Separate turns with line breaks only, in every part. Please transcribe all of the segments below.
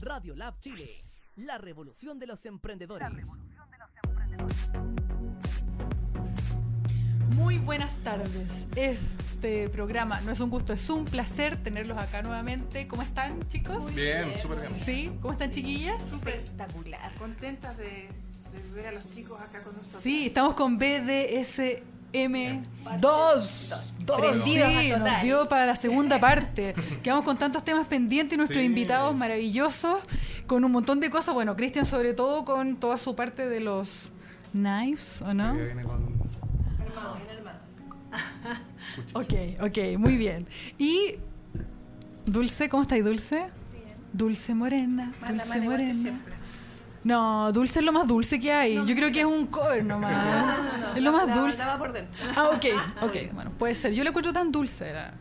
Radio Lab Chile, la revolución de los emprendedores.
Muy buenas tardes. Este programa no es un gusto, es un placer tenerlos acá nuevamente. ¿Cómo están, chicos?
Bien, súper bien.
¿Sí? ¿Cómo están, chiquillas?
Espectacular.
Contentas de, de ver a los chicos acá con nosotros.
Sí, estamos con BDSM 2.
Prendidos a
Sí, nos
total.
dio para la segunda parte. Quedamos con tantos temas pendientes y nuestros
Sí.
invitados maravillosos con un montón de cosas. Bueno, Cristian sobre todo con toda su parte de los knives, ¿o no?
Hoy día viene con-
Ok, ok, muy bien. Y Dulce, ¿cómo estáis, Dulce? Dulce Morena,
Manda
Dulce
mano igual que
Morena.
siempre.
No, Dulce es lo más dulce que hay. Yo creo que es un cover nomás. es lo más
La-
dulce.
la va por dentro.
Ah, ok, ok, bueno, puede ser. Yo la encuentro tan dulce a,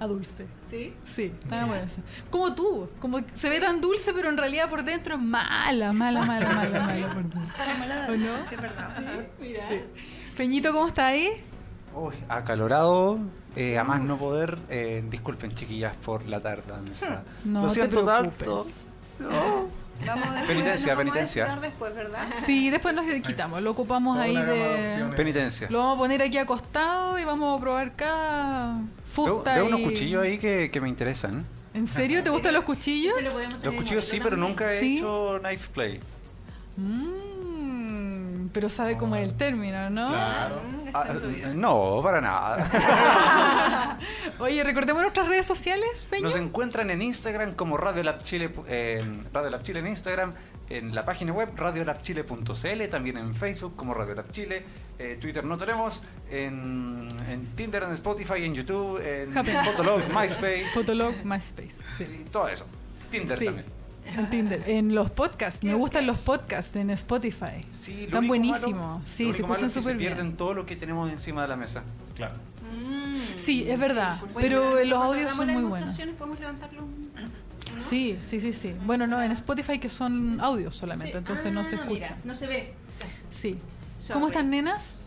a Dulce.
¿Sí?
Sí, tan amorosa. Como tú, como que se ve tan dulce, pero en realidad por dentro es mala, mala, mala, mala, mala por dentro. ¿O no?
Sí, es verdad.
Sí. Feñito, ¿cómo está ahí?
Uy, acalorado, eh, a más no poder. Eh, disculpen, chiquillas, por la tardanza.
No
Lo
te
siento
preocupes.
tanto. No.
Vamos después,
Penitencia,
nos vamos a
penitencia.
desquitar después, ¿verdad?
Sí, después nos quitamos, lo ocupamos
toda
ahí
una
de...
gama de opciones.
Penitencia.
Lo vamos a poner aquí acostado y vamos a probar cada
Veo,
fusta.
veo unos
y-
cuchillos ahí que, que me interesan.
¿En serio? ¿Te gustan los cuchillos?
Los cuchillos sí, pero nunca he
¿Sí?
hecho knife play.
Mm, pero sabe cómo es el término, ¿no?
Mm,
Ah,
está en su vida.
no, para nada.
Oye, recordemos nuestras redes sociales, Peña.
Nos encuentran en Instagram como Radio Lab Chile, pu- eh, Radio Lab Chile en Instagram, en la página web radiolabchile.cl, también en Facebook como Radio Lab Chile, eh, Twitter no tenemos, en, en Tinder, en Spotify, en YouTube, en
Happn.
Fotolog, MySpace,
Fotolog MySpace. Sí.
y todo eso. Tinder
Sí.
también.
En Tinder. En los podcasts. Me gustan los podcasts en Spotify.
Sí, lo
Están
único
buenísimos.
malo-
Sí, se
lo único malo
escuchan
es que
súper
se
bien.
pierden todo lo que tenemos encima de la mesa.
Claro.
Mm.
Sí, es verdad.
Bueno,
Pero eh, los
cuando
audios
hagamos
son
las
muy buenos.
demostraciones, podemos levantarlo un-
Sí, sí, sí, sí. Bueno, no, en Spotify que son audios solamente,
Sí.
entonces
Ah,
no se
mira,
escucha.
no se ve.
Sí.
Sorry.
¿Cómo están, nenas?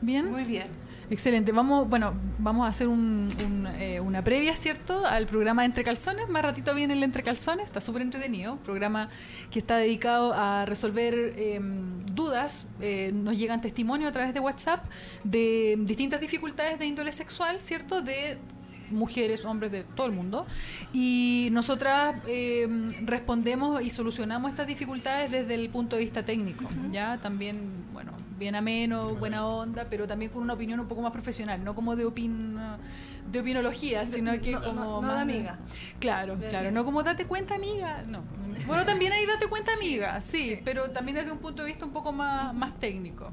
¿Bien?
Muy bien.
Excelente. Vamos, bueno, vamos a hacer un- un, eh, una previa, ¿cierto? Al programa Entre Calzones. Más ratito viene el Entre Calzones. Está súper entretenido. Programa que está dedicado a resolver eh, dudas. Eh, nos llegan testimonios a través de WhatsApp de distintas dificultades de índole sexual, ¿cierto? De mujeres, hombres de todo el mundo. Y nosotras eh, respondemos y solucionamos estas dificultades desde el punto de vista técnico. Ya también, bueno, bien ameno, buena onda, pero también con una opinión un poco más profesional, no como de opin de opinología, sino que
no, no,
como
no
más-
de amiga.
Claro, claro, no como date cuenta amiga, no. Bueno, también ahí date cuenta amiga, sí, pero también desde un punto de vista un poco más, más técnico.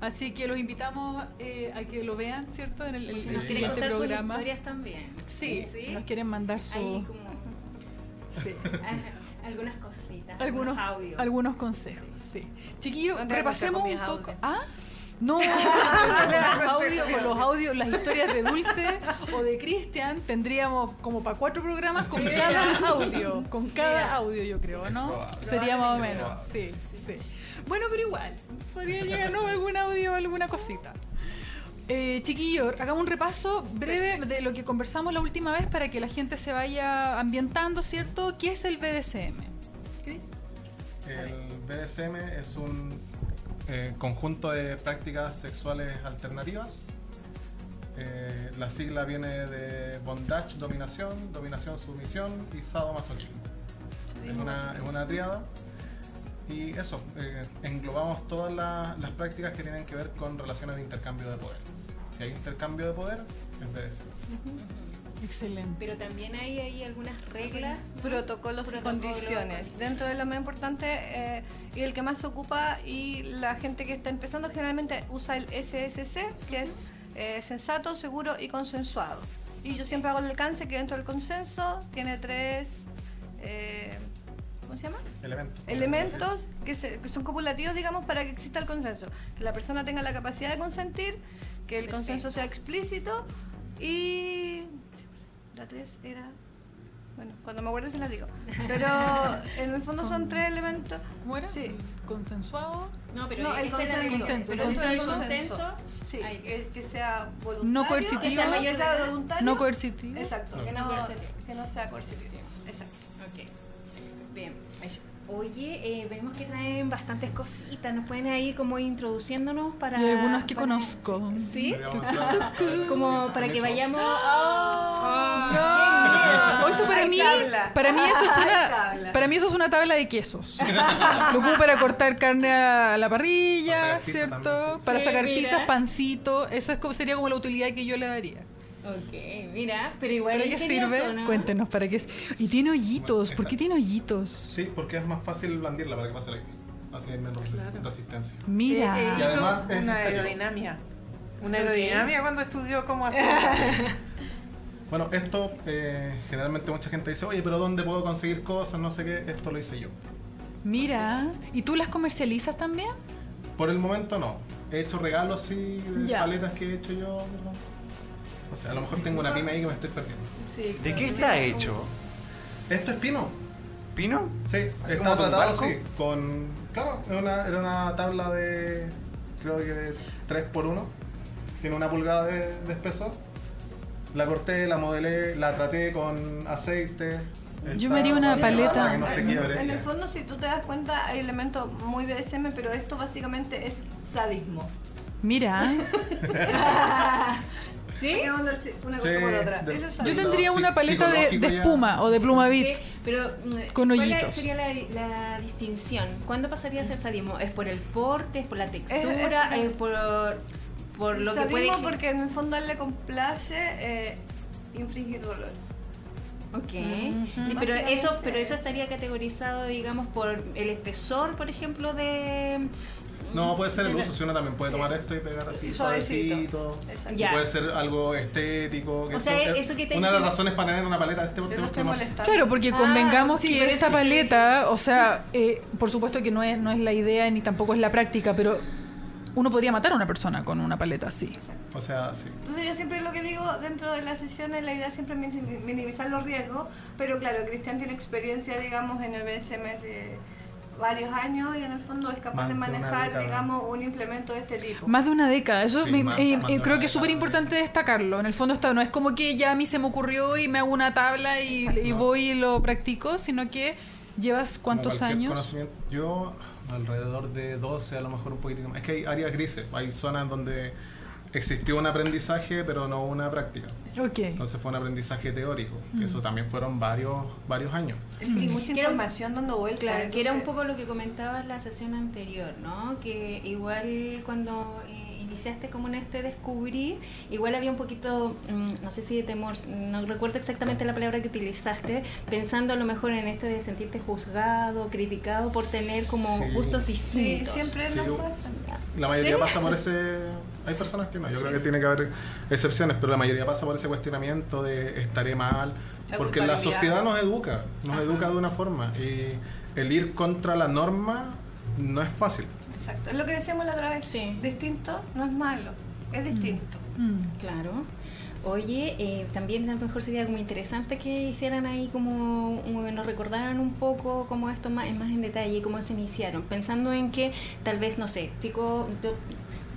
Así que los invitamos eh, a que lo vean, ¿cierto? En el, el-
Si
el
nos quieren
siguiente
contar
¿Este programa.
sus historias también.
Sí,
Sí.
si nos quieren mandar
Hay
su,
como
sí,
ah, algunas cositas,
algunos,
audios.
algunos consejos. Sí. Chiquillos,
No te
repasemos
aconsejo
un
mis
poco.
audios.
¿Ah? No, con los audios, con los audios, las historias de Dulce o de Cristian tendríamos como para cuatro programas con cada audio, con cada audio yo creo, ¿no?
Probable.
Sería más o menos,
Probable.
sí, sí. Bueno, pero igual, podría llegarnos algún audio o alguna cosita. Eh, chiquillo, hagamos un repaso breve de lo que conversamos la última vez para que la gente se vaya ambientando, ¿cierto? ¿Qué es el BDSM? Ah.
El BDSM es un eh, conjunto de prácticas sexuales alternativas. Eh, la sigla viene de bondage, dominación, dominación, sumisión y sadomasoquismo. Es una, es una triada. Y eso, eh, englobamos todas la- las prácticas que tienen que ver con relaciones de intercambio de poder. Si hay intercambio de poder, es BDSM.
Excelente.
Pero también hay, hay algunas reglas.
Protocolos,
Protocolos,
condiciones. Dentro de lo más importante eh, y el que más se ocupa y la gente que está empezando generalmente usa el SSC, que es eh, sensato, seguro y consensuado. Y yo siempre hago el alcance que dentro del consenso tiene tres... eh, ¿Cómo se llama?
Elemento.
elementos que, se- que son copulativos, digamos, para que exista el consenso. Que la persona tenga la capacidad de consentir, que el consenso sea explícito y... La tres era... Bueno, cuando me acuerde se las digo. Pero en el fondo son tres elementos.
¿Cómo era?
Sí.
Consensuado.
No, pero
No, el
esa es la
consenso.
regla.
Consenso,
Pero dentro del
consenso.
consenso,
Sí,
Ahí.
que, que sea voluntario.
No coercitivo.
Que sea mayor de edad
No
voluntario.
coercitivo.
Exacto,
No.
que,
No
no,
coercitivo.
que no sea coercitivo. Exacto.
ok. Oye, eh, vemos que traen bastantes cositas. ¿Nos pueden ir como introduciéndonos para.
Y algunos que
para-
conozco.
¿Sí?
Le vamos a entrar al-
Como
al
para que
permiso.
vayamos. Ah.
No. Eso Ah. para
Hay
mí,
tabla.
para mí eso es
Hay
una,
tabla.
para mí eso es una tabla de quesos. Lo ocupo para cortar carne a la parrilla,
Para sacar pizza
¿cierto?
también, sí.
Para
Sí,
sacar
mira.
pizzas, pancito. Esa es como- sería como la utilidad que yo le daría.
Ok, mira, pero igual.
¿Para
es
qué
ingenioso,
sirve?
¿no?
Cuéntenos para qué. es- Y tiene hoyitos.
Bueno,
¿Por qué tiene
exacto.
hoyitos?
Sí, porque es más fácil blandirla para que pase la Así hay menos resi- resistencia.
Mira.
Eh, eh,
Y
hizo
además es
una
serio.
aerodinámica. Una aerodinámica cuando estudió cómo hacer.
Bueno, esto eh, generalmente mucha gente dice, oye, pero ¿dónde puedo conseguir cosas? No sé qué. Esto lo hice yo.
Mira. ¿Y tú las comercializas también?
Por el momento no. He hecho regalos, sí, de
Ya.
paletas que he hecho yo. ¿no? O sea, a lo mejor tengo una pyme ahí que me estoy perdiendo.
Sí,
¿De qué está hecho?
Esto es pino.
¿Pino?
Sí, está
como de un
tratado
barco?
sí, con... Claro, era una, era una tabla de... Creo que de 3x1. Tiene una pulgada de, de espesor. La corté, la modelé, la traté con aceite.
Yo me haría una
está
paleta.
para que no se
En-
quiebre.
En el fondo, si tú te das cuenta, hay elementos muy BDSM, pero esto básicamente es sadismo.
Mira.
¿Sí?
Una cosa una cosa
Sí,
por otra.
de-
Eso es
Yo
sadismo.
tendría
Sí,
una paleta de,
psicológico
de
ya.
espuma o de pluma
Sí,
bit.
pero mm,
Con
¿cuál
hoyitos.
sería la, la distinción? ¿Cuándo pasaría a ser sadismo? ¿Es por el porte? ¿Es por la
es por
textura?
Eh,
¿Es,
el-
por, por lo que puede...?
sadismo porque en el fondo a él le complace eh, infringir dolor.
Ok.
Ujú.
pero, eso,
Básicamente
pero eso
es.
estaría categorizado, digamos, por el espesor, por ejemplo, de...
No, puede ser el uso, si uno también puede tomar esto y pegar así
Suavecito.
suavecito.
Exacto.
Ya.
Puede ser algo estético.
O sea,
esto-
eso que te
Una de las
dicen-
razones para tener una paleta de este
Yo no estoy
no-
molestando.
Claro, porque
Ah,
convengamos
sí,
que
pero
esta
sí.
paleta, o sea, eh, por supuesto que no es, no es la idea ni tampoco es la práctica, pero uno podría matar a una persona con una paleta así.
O sea, sí.
Entonces yo siempre lo que digo dentro de las sesiones, la idea siempre es minim- minimizar los riesgos, pero claro, Cristian tiene experiencia, digamos, en el BSM hace varios años y en el fondo es capaz
Más de
de
una
manejar,
década.
digamos, un implemento de este tipo.
Más de una década, eso
Sí,
me-
más-
eh,
más
eh,
de
creo
una
que es súper
década.
importante destacarlo. En el fondo está, no es como que ya a mí se me ocurrió y me hago una tabla y, y voy y lo practico, sino que llevas cuántos
Como cualquier
años.
conocimiento. Yo alrededor de 12, a lo mejor un poquitito más. Es que hay áreas grises, hay zonas donde existió un aprendizaje, pero no una práctica.
Ok.
Entonces fue un aprendizaje teórico, que eso también fueron varios, varios años.
Y mucha
Quiero-
información dando vueltas.
Claro, que era un
entonces-
poco lo que comentabas la sesión anterior, ¿no? Que igual cuando eh, iniciaste como en este descubrir, igual había un poquito, mm, no sé si de temor, no recuerdo exactamente la palabra que utilizaste, pensando a lo mejor en esto de sentirte juzgado, criticado por tener como
Sí.
gustos
Sí,
distintos.
siempre
Sí,
nos
yo-
pasa.
La mayoría pasa por ese... Hay personas que no, yo creo que tiene que haber excepciones, pero la mayoría pasa por ese cuestionamiento de estaré mal,
La
porque la
culpabilidad.
sociedad nos educa, nos educa de una forma y el ir contra la norma no es fácil.
Exacto. Es lo que decíamos la otra vez.
Sí.
Distinto no es malo, es distinto.
Mm.
Claro. Oye, eh, también a lo mejor sería como interesante que hicieran ahí como, un- nos recordaran un poco como esto más, más en detalle, cómo se iniciaron, pensando en que tal vez, no sé, chico, yo,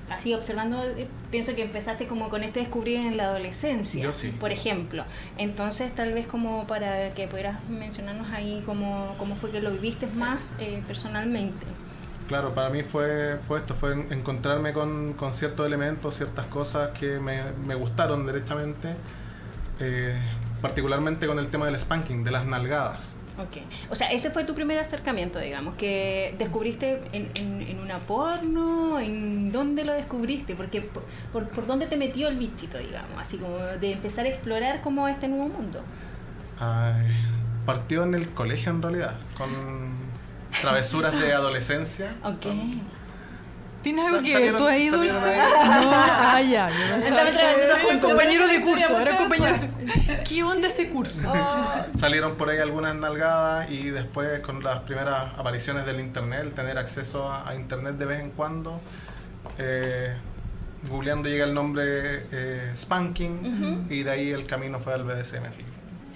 así observando, eh, pienso que empezaste como con este descubrir en la adolescencia,
Yo sí.
por ejemplo. Entonces tal vez como para que pudieras mencionarnos ahí cómo, cómo fue que lo viviste más eh, personalmente.
Claro, para mí fue, fue esto, fue en- encontrarme con, con ciertos elementos, ciertas cosas que me, me gustaron derechamente, eh, particularmente con el tema del spanking, de las nalgadas.
Ok. O sea, ese fue tu primer acercamiento, digamos, que descubriste en, en- en una porno, ¿en dónde lo descubriste? Porque por, por, por dónde te metió el bichito, digamos, así como de empezar a explorar como este nuevo mundo.
Ay, partió en el colegio en realidad, con travesuras de adolescencia.
Ok.
¿Tienes algo
Sa-
que
salieron-
tú ahí,
salieron
Dulce?
ahí.
No, ah, ya. yo pensaba-
Estaba trabajando juntos.
Compañero de
Pero era
curso,
mucho
era compañero de
después.
¿Qué onda ese curso?
Oh,
Salieron por ahí algunas nalgadas y después con las primeras apariciones del internet, el tener acceso a, a internet de vez en cuando, eh, googleando llega el nombre eh, Spanking y de ahí el camino fue al BDSM, así,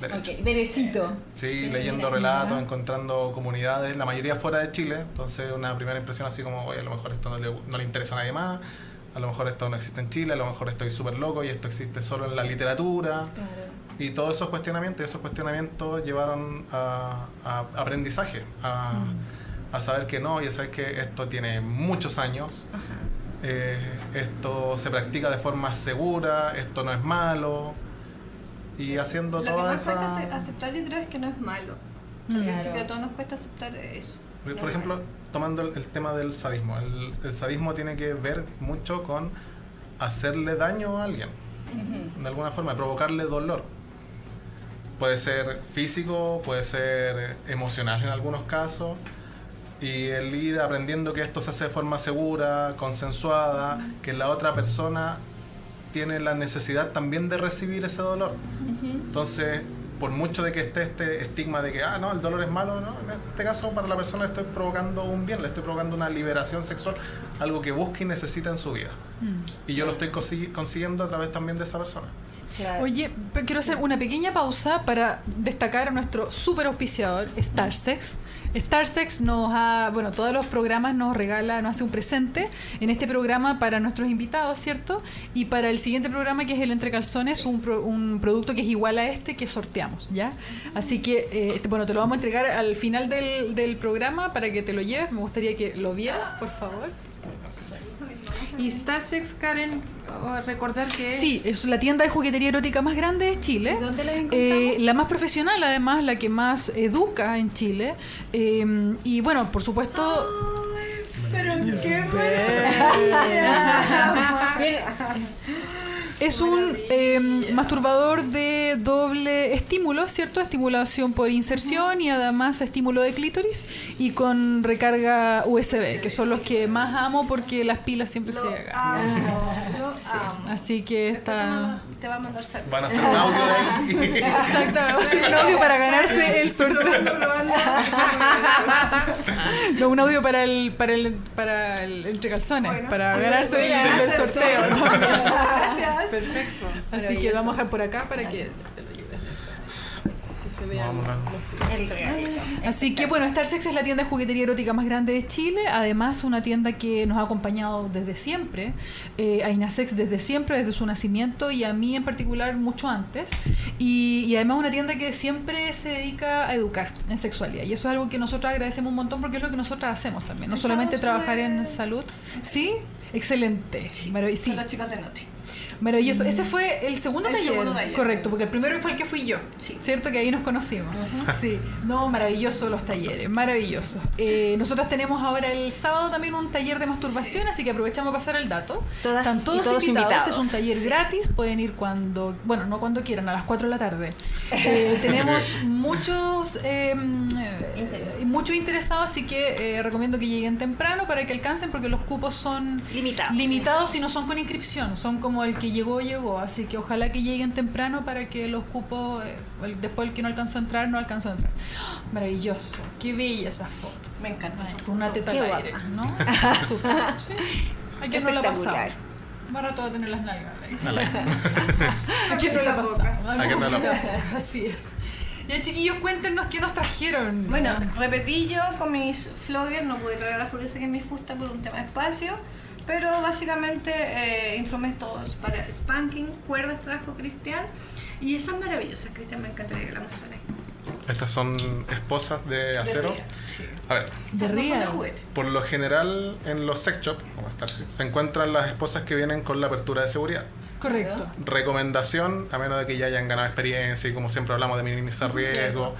derecho.
Ok, derechito.
Sí,
Sí,
leyendo
mira,
relatos,
mira.
encontrando comunidades, la mayoría fuera de Chile, entonces una primera impresión así como, oye, a lo mejor esto no le, no le interesa a nadie más, a lo mejor esto no existe en Chile, a lo mejor estoy súper loco y esto existe solo en la literatura.
Claro.
Y todos esos cuestionamientos, esos cuestionamientos llevaron a, a aprendizaje, a, a saber que no, y a saber que esto tiene muchos años, eh, esto se practica de forma segura, esto no es malo, y haciendo
Lo que
toda
más
esa...
cuesta ace- aceptar yo creo es que no es malo. Al
Claro.
principio a todos nos cuesta aceptar eso.
Por,
No
por
es
ejemplo,
malo.
tomando el, el tema del sadismo. El, el sadismo tiene que ver mucho con hacerle daño a alguien, de alguna forma, provocarle dolor. Puede ser físico, puede ser emocional en algunos casos. Y el ir aprendiendo que esto se hace de forma segura, consensuada, que la otra persona tiene la necesidad también de recibir ese dolor. Entonces, por mucho de que esté este estigma de que, ah, no, el dolor es malo, no, en este caso para la persona le estoy provocando un bien, le estoy provocando una liberación sexual, algo que busca y necesita en su vida.
Mm.
Y yo lo estoy consi- consiguiendo a través también de esa persona.
Claro.
Oye, pero quiero hacer una pequeña pausa para destacar a nuestro super auspiciador, StarSex. StarSex nos ha, bueno, todos los programas nos regala, nos hace un presente en este programa para nuestros invitados, ¿cierto? Y para el siguiente programa que es el Entre Calzones, un, pro- un producto que es igual a este que sorteamos, ¿ya? Así que, eh, te- bueno, te lo vamos a entregar al final del, del programa para que te lo lleves. Me gustaría que lo vieras, por favor.
Y StarSex, Karen, o recordar que
Sí, es la tienda de juguetería erótica más grande de Chile.
¿Dónde la
Eh,
encontramos?
la más profesional, además, la que más educa en Chile. Eh, y bueno, por
Ah,
supuesto,
Pero qué
es un eh, masturbador de doble estímulo, ¿cierto? Estimulación por inserción y además estímulo de clítoris y con recarga USB, que son los que más amo porque las pilas siempre se agarran.
Amo, lo amo.
Así que
Te va
está.
a- Te va a mandar saludos.
Van a hacer un audio de ahí.
Exactamente, va a ser un audio para ganarse el sorteo. No, un audio para el, para el, para el entre calzones,
Bueno,
para
sí,
ganarse
sí,
el,
sí,
el
sí,
sorteo. ¿no?
Gracias.
Perfecto.
Así que vamos a dejar por acá para que te lo lleves.
Vamos a-
El regalo.
Así que bueno, Star Sex es la tienda de juguetería erótica más grande de Chile, además una tienda que nos ha acompañado desde siempre, eh, a Inasex desde siempre, desde su nacimiento y a mí en particular mucho antes, y, y además una tienda que siempre se dedica a educar en sexualidad, y eso es algo que nosotros agradecemos un montón porque es lo que nosotros hacemos también, no solamente trabajar en salud, ¿sí? Excelente, marav- sí,
Son los chicos de Noti.
maravilloso. Ese fue el segundo,
El
taller,
segundo taller.
correcto, porque el primero fue el que fui yo, ¿cierto? Que ahí nos conocimos. Sí, no, maravilloso los talleres, maravilloso. Eh, nosotras tenemos ahora el sábado también un taller de masturbación, así que aprovechamos para pasar el dato.
Todas-
Están todos,
y todos
invitados. es
invitados,
un taller gratis, pueden ir cuando, bueno, no cuando quieran, a las 4 de la tarde. Eh, tenemos muchos eh,
Interés.
muchos interesados, así que eh, recomiendo que lleguen temprano para que alcancen, porque los cupos son
Limitado.
limitados y no son con inscripción, son como el que llegó, llegó. Así que ojalá que lleguen temprano para que los cupos, eh, el- después el que no alcanzó a entrar, no alcanzó a entrar. ¡Ah! Maravilloso, qué bella esa foto.
Me encanta. esa
Con una teta
Qué
al aire,
guapa.
¿no? Súper, sí. ¿A quién no la ha pasado?
Espectacular.
Más rato va a tener las nalgas. ¿verdad?
Dale.
¿A quién no la ha pasado?
¿A quién no la ha
Así es. Ya chiquillos, cuéntenos qué nos trajeron.
Bueno, repetí yo con mis floggers, no pude traer la furiosa que es mi fusta por un tema de espacio, pero básicamente eh, instrumentos para spanking, cuerdas trajo Cristian, y esas maravillosas, Cristian, me encantaría que las mostraras.
Estas son esposas de acero. A ver,
de
Esas no son de
real.
juguete.
por lo general en los sex shops, como Star Sex, se encuentran las esposas que vienen con la apertura de seguridad.
Correcto.
recomendación, a menos de que ya hayan ganado experiencia y como siempre hablamos de minimizar riesgo,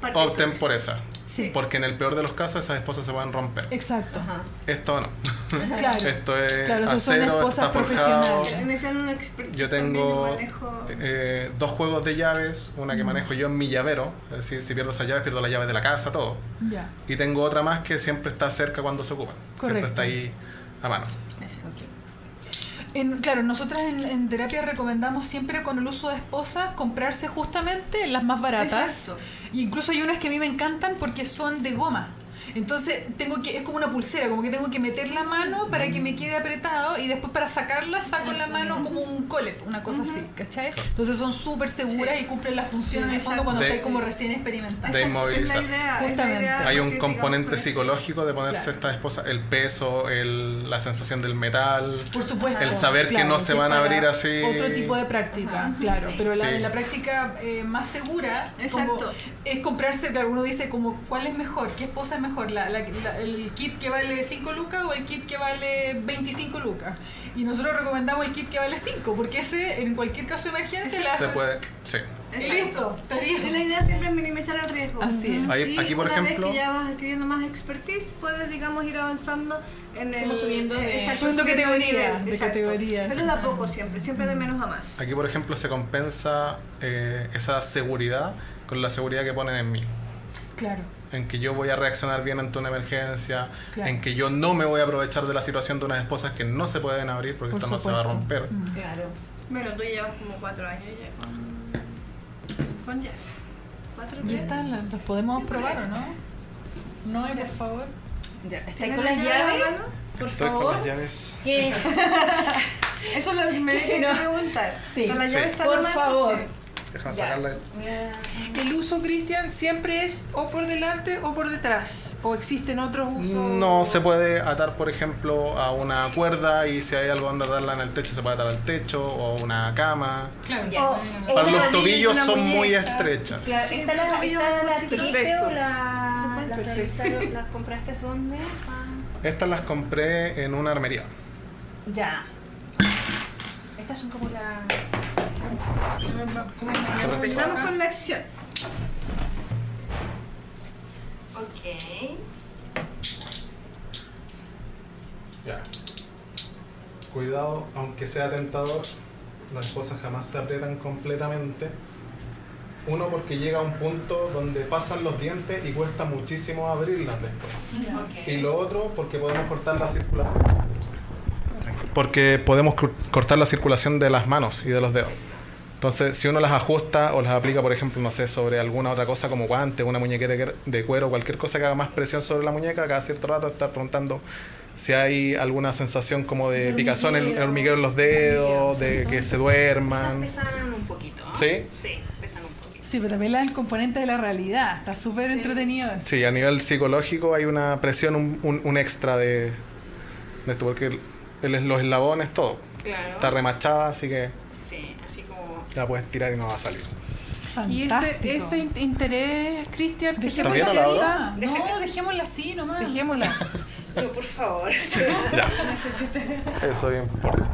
Partir
opten por esa.
Sí.
Porque en el peor de los casos esas esposas se van a romper.
Exacto.
Ajá.
Esto no.
Claro.
Esto es
Claro, esas son
acero,
esposas
está forjado.
profesionales.
Necesitan un expertise
Yo
también,
tengo
yo manejo-
eh, dos juegos de llaves, una que manejo yo en mi llavero, es decir, si pierdo esas llaves, pierdo las llaves de la casa, todo.
Ya.
Y tengo otra más que siempre está cerca cuando se ocupan.
Correcto.
Siempre está ahí a mano.
En- claro, nosotras en, en terapia recomendamos siempre con el uso de esposas comprarse justamente las más baratas.
Exacto.
E Incluso hay unas que a mí me encantan porque son de goma. Entonces, tengo que, es como una pulsera, como que tengo que meter la mano para que me quede apretado y después para sacarla saco la mano como un colet, una cosa así, ¿cachai? Entonces son súper seguras y cumplen la función en el fondo cuando
De-
estás como recién experimentando.
De inmovilizar.
Es la idea, es la
Justamente.
idea,
Hay un
porque, digamos,
componente
con esto-
psicológico de ponerse estas esposas, el peso, el- la sensación del metal.
Por supuesto.
El saber que no se van a
para
abrir así.
Otro tipo de práctica, claro. Pero la,
Sí.
la práctica eh, más segura como,
Exacto.
es comprarse, claro, uno dice como, ¿cuál es mejor? ¿Qué esposa es mejor? ¿La, la- la- el kit que vale 5 lucas o el kit que vale 25 lucas? Y nosotros recomendamos el kit que vale 5, porque ese, en cualquier caso de emergencia, la
Se
haces
puede. Sí.
y listo, estaría.
La idea siempre es minimizar el riesgo.
Así es.
Ahí-
Y
aquí, por
una
ejemplo-
Vez que ya vas adquiriendo más
expertise puedes, digamos, ir avanzando en el...
Como subiendo de-
exacto,
Subiendo categoría,
nivel,
de
exacto.
categoría, Mm.
Pero de a poco siempre, siempre de menos a más.
Aquí, por ejemplo, se compensa eh, esa seguridad con la seguridad que ponen en mí.
Claro.
En que yo voy a reaccionar bien ante una emergencia,
Claro.
en que yo no me voy a aprovechar de la situación de unas esposas que no se pueden abrir porque
Por
esto no se va a
supuesto.
romper.
Mm.
Claro.
Bueno, tú llevas como cuatro años ya con... Con Jeff. ¿Cuatro
¿Y
tres?
estas las las podemos probar o no? No, por favor.
Ya. ¿Estáis
¿Tienes
con las
la llave
llaves?
en la mano?
Por
Estoy
favor.
con las llaves.
¿Qué?
Eso es lo que me
Que si
tienes que
no-
preguntar.
Sí.
¿Con la
Sí.
llave está en la
Por
mano?
favor.
Déjame
Ya.
sacarla.
El uso, Cristian, siempre es o por delante o por detrás. ¿O existen otros usos?
No se puede atar, por ejemplo, a una cuerda y si hay algo donde atarla en el techo, se puede atar al techo o a una cama.
Claro.
Ya.
O-
O
Para
una
los
rodilla,
tobillos
una
son muy
muñeca.
estrechas.
Claro,
Sí,
¿Está la,
yo-
está la adquiriste
Perfecto.
o la, la,
Perfecto.
realizaron- la compraste dónde? Ah,
Estas las compré en una armería.
Ya. Estas son como la...
Empezamos con la acción.
Ok.
Ya. Cuidado, aunque sea tentador, las cosas jamás se aprietan completamente. Uno porque llega a un punto donde pasan los dientes y cuesta muchísimo abrirlas después.
Ok.
Eh,
Y lo otro porque podemos cortar la circulación. Porque podemos cru- cortar la circulación de las manos y de los dedos. Entonces, si uno las ajusta o las aplica, por ejemplo, no sé, sobre alguna otra cosa como guante, una muñequera de cuer- de cuero, cualquier cosa que haga más presión sobre la muñeca, cada cierto rato estar preguntando si hay alguna sensación como de picazón, el el hormiguero en los dedos, de que se
Estas
um,
duerman.
pesaron un poquito. ¿no?
¿Sí?
Sí, pesan un poquito.
Sí, pero también la- el componente de la realidad. Está súper entretenido.
Sí, a nivel psicológico hay una presión, un, un- un extra de, de esto, porque el- el- los eslabones, todo.
Claro.
Está remachada, así que
Sí, así como...
la puedes tirar y no va a salir.
Y ese,
Fantástico.
ese in- interés, Cristian, que
¿Está
siempre
bien,
está-
Laura?
Ah, No, dejémosla así nomás.
Dejémosla.
No, por favor.
Eso es importante.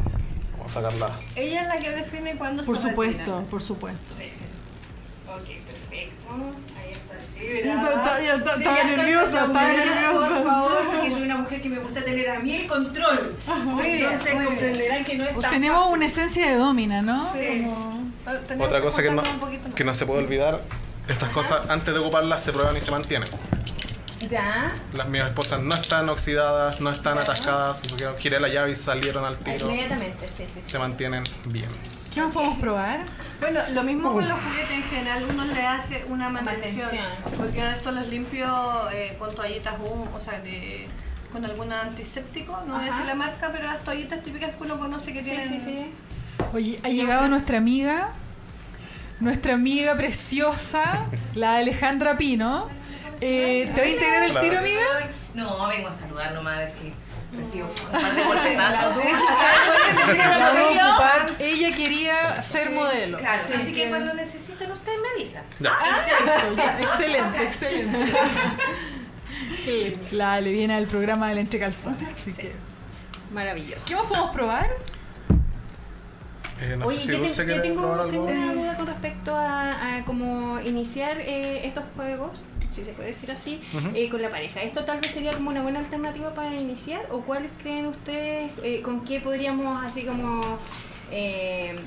Vamos a sacarla.
Ella es la que define cuándo
Por
se
supuesto, por supuesto.
Ok, perfecto. Ahí está el
Está- está- ya está-
Sí,
estaba
ya
nerviosa, estaba
cansada,
nerviosa.
Por favor, porque soy una mujer que me gusta tener a mí el control.
Ah,
Entonces comprenderán que no es
Pues
tan
tenemos una esencia de domina, ¿no?
fácil.
Tenemos que
Otra cosa que no,
juntarnos un poquito más.
que no se puede olvidar, estas cosas antes de ocuparlas se prueban y se mantienen.
Ya.
Las mías esposas no están oxidadas, no están atascadas, porque giré la llave y salieron al tiro.
Inmediatamente, sí, sí. sí.
Se mantienen bien.
¿Qué más podemos probar?
Bueno, lo mismo con los juguetes en general, uno le hace una mantención.
Mantención.
Porque esto los limpio eh, con toallitas hum, o sea, de- con algún antiséptico, no voy a
Ajá.
decir la marca, pero las toallitas típicas que uno conoce que
Sí,
tienen. Eh,
sí, sí.
Oye, ha llegado nuestra amiga, nuestra amiga preciosa, la Alejandra Pino. Eh, ¿Te va a integrar el
Hola.
tiro, amiga?
No, vengo a saludar nomás a ver si recibo un par de golpetazos.
La va a ocupar. Ella quería ser modelo.
Claro, así que cuando necesiten ustedes me avisan.
Ah.
Ya.
Ya, excelente, excelente. La Ale viene al programa del Entre Calzones. Así que.
Maravilloso.
¿Qué más podemos probar?
Eh, no
Oye,
sé si
yo,
Dulce
te- yo
quiere probar
tengo, tengo
algo.
una duda con respecto a, a cómo iniciar eh, estos juegos, si se puede decir así,
Ujú.
eh, con la pareja. ¿Esto tal vez sería como una buena alternativa para iniciar? ¿O cuáles creen ustedes, eh, con qué podríamos así como eh,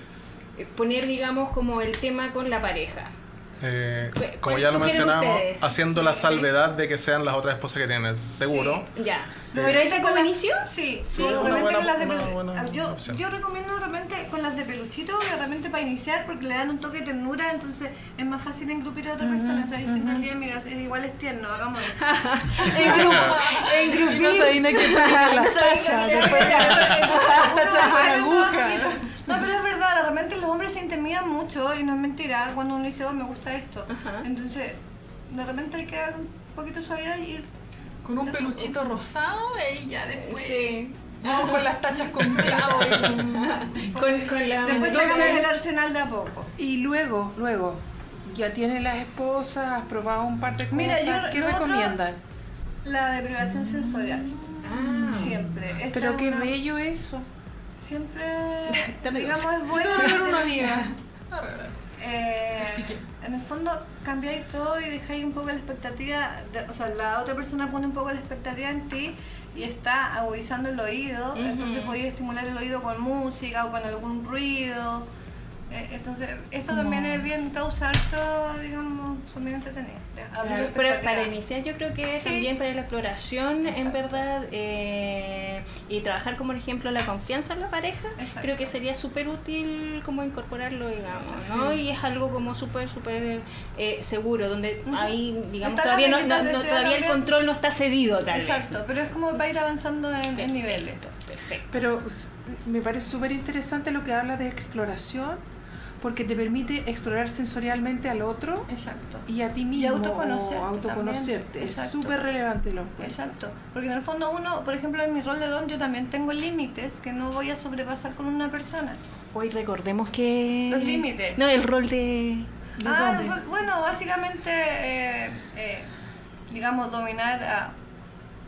poner, digamos, como el tema con la pareja?
eh,
¿Cuál
como ya lo
sugieren
mencionamos,
ustedes?
haciendo la salvedad de que sean las otras esposas que tienen el seguro.
Ya.
Eh,
¿Pero esa con inicio?
Sí,
Sí,
como de
una
repente
buena-
con las de
una
pelu-
buena
ah, yo,
opción.
yo recomiendo de repente con las de peluchito, de repente para iniciar, porque le dan un toque de ternura, entonces es más fácil engrupir a otra persona. O sea, dicen, en realidad, mira, es- igual es tierno, hagámoslo.
En grupo. En grupo.
No sabía ni a quién pegarle las tachas. después las tachas con
Ah,
aguja.
No, pero es verdad, de repente los hombres se intimidan mucho y no es mentira cuando uno dice, oh, me gusta esto.
Ajá.
Entonces, de repente hay que dar un poquito de suavidad y ir.
Con un peluchito rosado y ya
Pues,
después.
Sí.
Ah.
Vamos con las tachas con clavo. y con-
Con, con la
Después
Ah, Entonces-
sacamos el arsenal de a poco.
Y luego, luego, ya tienes las esposas, has probado un par de cosas.
Mira, yo-
¿Qué
nosotros-
recomiendan?
La deprivación sensorial,
Ah.
siempre. Esta
Pero
es
qué
una-
bello eso.
Siempre,
Dame
digamos,
dos.
es bueno.
Yo tengo una amiga.
Eh, en el fondo cambiáis todo y dejáis un poco la expectativa, de- o sea, la otra persona pone un poco la expectativa en ti y está agudizando el oído,
Ujú.
entonces podéis estimular el oído con música o con algún ruido. Eh, entonces, esto también es bien causa harto, digamos, son bien entretenidos. de- abrir
Claro,
la
pero
expectativa.
para iniciar yo creo que
Sí.
también para la exploración en verdad eh, y trabajar como por ejemplo la confianza en la pareja
Exacto.
creo que sería súper útil como incorporarlo digamos ¿no? y es algo como súper súper eh, seguro donde
Ujú.
ahí digamos
Está la
todavía no,
mitad
no-
de
no-
ese
todavía el
también.
control no está cedido tal vez.
Exacto, pero es como para ir avanzando en, en niveles.
perfecto
Pero s- me parece súper interesante lo que habla de exploración, porque te permite explorar sensorialmente al otro
Exacto.
y a ti mismo.
autoconocerte
o autoconocerte.
también.
Es
Exacto.
súper relevante lo encuentro.
Exacto, porque en el fondo uno, por ejemplo, en mi rol de don yo también tengo límites que no voy a sobrepasar con una persona.
hoy recordemos que
Los límites.
no el rol de
Ah,
de-
bu- bueno, básicamente, eh, eh, digamos, dominar, a,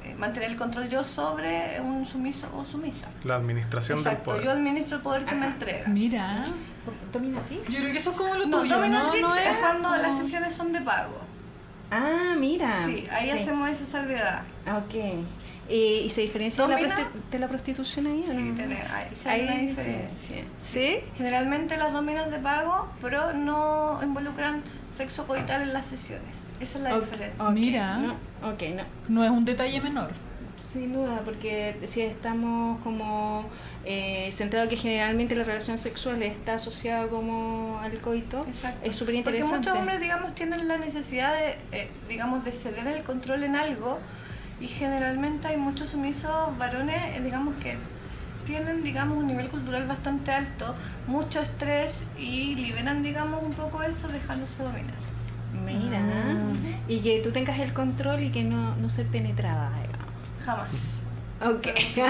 eh, mantener el control yo sobre un sumiso o sumisa.
La administración
Exacto,
del
yo
poder.
administro el poder que me entrega.
Mira.
dominatriz
Yo creo que eso es como lo
No,
tuyo, ¿no?
dominatrix
¿No
es cuando
como-
las sesiones son de pago.
ah mira
sí, ahí
Sí.
hacemos esa salvedad.
Ah, Ok. Eh, ¿Y se diferencia de la,
¿Domina?
prosti- de la prostitución ahí? o
Sí,
no?
tiene- ahí sí hay
Ahí
una
hay
diferencia.
diferencia. ¿Sí?
Generalmente las dominas de pago, pero no involucran sexo coital en las sesiones. Esa es la
Ok,
diferencia.
ok,
Mira.
No, ok, no.
No es un detalle menor.
Sin duda, porque si estamos como eh, centrados que generalmente la relación sexual está asociada como al coito,
Exacto.
es súper
Porque
interesante.
muchos hombres, digamos, tienen la necesidad de, eh, digamos, de ceder el control en algo y generalmente hay muchos sumisos varones, eh, digamos, que tienen, digamos, un nivel cultural bastante alto, mucho estrés y liberan, digamos, un poco eso dejándose dominar.
Mira. Ah. Y que tú tengas el control y que no, no se penetraba.
Jamás.
Ok.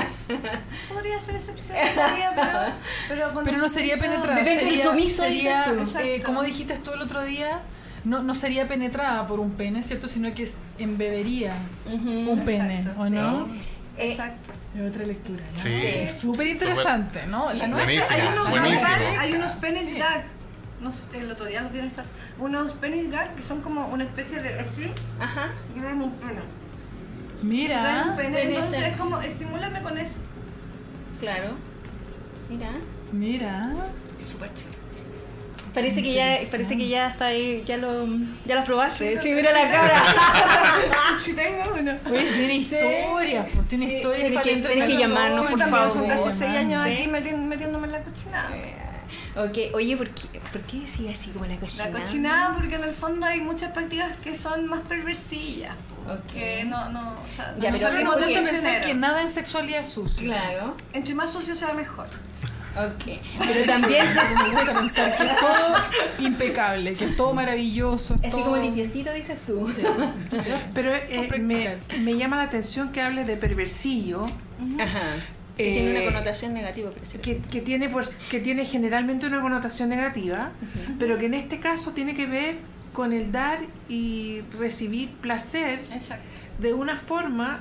Podría ser excepción, podría, pero... Pero, con
Pero
un
no sería
sumiso-
penetrada.
Depende del
sería,
sumiso,
sería,
dices tú.
eh,
Exacto.
como dijiste tú el otro día, no, no sería penetrada por un pene, ¿cierto? Sino que es- embebería
Ujú.
un pene,
Exacto,
¿o
sí.
no?
Eh,
Exacto.
Es otra lectura, ¿no?
Sí.
Es Súper interesante, ¿no? La nuestra-
Buenísimo,
hay unos
buenísimo.
gag, hay unos penis gag. No sé, el otro día los tienes Unos penis gag que son como una especie de aquí,
Ajá.
y traen un pene. Traen un
Mira,
pene,
Pene
entonces
cerca.
es como, estimúlame con eso.
Claro. Mira.
mira.
Súper chévere.
Parece que ya, parece que ya está ahí, ya lo, ya lo probaste. Sí, mira la cara.
Si tengo uno.
Pues tiene historias, pues tiene
Sí,
historias
tenés
para
que-
entretener
tenés que
a los
llamarnos,
hombres.
por
También son
favor.
casi seis años
Sí.
aquí meti- metiéndome en la cochinada.
Ok, oye, ¿por qué, ¿por qué decía así como la cochinada?
La cochinada porque en el fondo hay muchas prácticas que son más perversillas.
Ok.
Que no, no, o sea,
Ya, pero
nosotros
es
no
Nosotros
porque-
tenemos
pensé
prisionero.
que nada en sexualidad es sucio.
Claro,
Entre más sucio sea mejor.
ok. Pero también, se-
Me gusta pensar que es todo impecable, que es todo maravilloso. es
así
todo-
como limpiecito, dices tú.
Sí, sí.
Pero eh,
Súper
me,
cool.
me llama la atención que hables de perversillo,
Ajá. Que
Eh,
tiene una connotación negativa, pero sí.
que, que tiene, pues, que tiene generalmente una connotación negativa, pero que en este caso tiene que ver con el dar y recibir placer
Exacto.
de una forma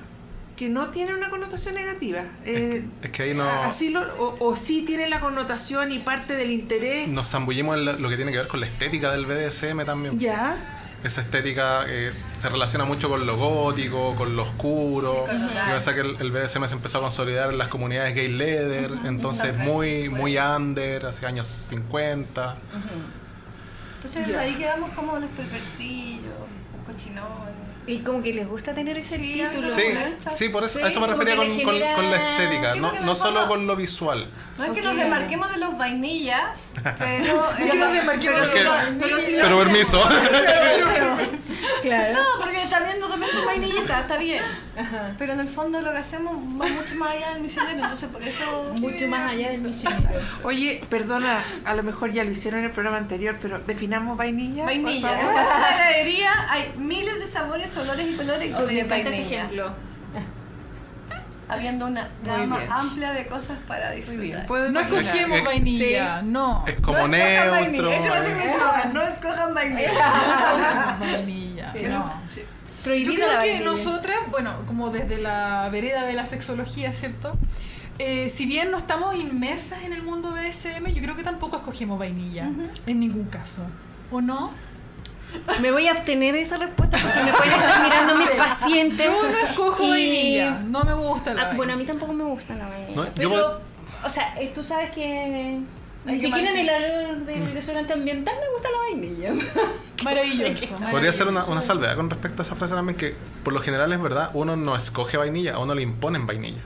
que no tiene una connotación negativa. Eh,
Es, que, es que ahí no,
así lo- o, o sí tiene la connotación y parte del interés.
nos zambullimos en la- lo que tiene que ver con la estética del BDSM también.
Ya,
Esa estética eh, se relaciona mucho con lo gótico, con lo oscuro.
Sí, con lo
Yo
dark.
pensaba que el, el BDSM se empezó a consolidar en las comunidades gay leather, entonces
Entonces,
muy, muy under, hace años 50.
Entonces
Ya.
ahí quedamos como los perversillos, los cochinones.
Y como que les gusta tener ese
Sí,
título.
algo
Sí,
molesta.
sí, por eso,
Sí,
a eso me
como
refería con,
que le
con-
genera-
con la estética,
sí,
no,
porque
no
en el
solo
fondo-
con lo visual.
No es que
Ok.
nos demarquemos de los vainilla, pero. eh,
Es que nos demarquemos
pero
de los
si lo-
vainilla.
pero si lo
Pero
hacemos-
permiso.
Claro.
No, porque también nos tomemos vainillita, está bien.
Ajá.
Pero en el fondo lo que hacemos va mucho más allá del misionero, entonces por eso.
Mucho más allá del misionero.
Oye, perdona, a lo mejor ya lo hicieron en el programa anterior, pero definamos vainilla. por
Vainilla. En
favor.
la heladería hay miles de sabores, olores y colores y
Oh, me
de
encanta ese
vainilla.
ejemplo.
Habiendo una
Muy
gama
bien.
amplia de cosas para disfrutar.
Puedo
No
imaginar.
escogemos
Sí.
vainilla, no.
Es como
no
neutro. eh.
escojan vainilla. Ese va a ser mi eslogan, no escojan
Ah.
vainilla.
vainilla, no.
Sí.
Yo
Prohibida la
creo que
vainilla.
nosotras, bueno, como desde la vereda de la sexología, ¿cierto? Eh, si bien no estamos inmersas en el mundo BSM, yo creo que tampoco escogemos vainilla, en ningún caso. ¿O no?
Me voy a abstener de esa respuesta porque me pueden estar mirando mis pacientes.
Yo no escojo
Y-
vainilla, no me gusta la
Ah,
vainilla.
bueno, a mí tampoco me gusta la vainilla.
No, yo
pero,
pod-
o sea, eh, tú sabes que.
Hay
Ni
que
siquiera en el
marcar.
olor del desodorante ambiental me gusta la vainilla.
Maravilloso.
Podría ser una, una salvedad con respecto a esa frase también que por lo general es verdad, uno no escoge vainilla, a uno le imponen vainilla,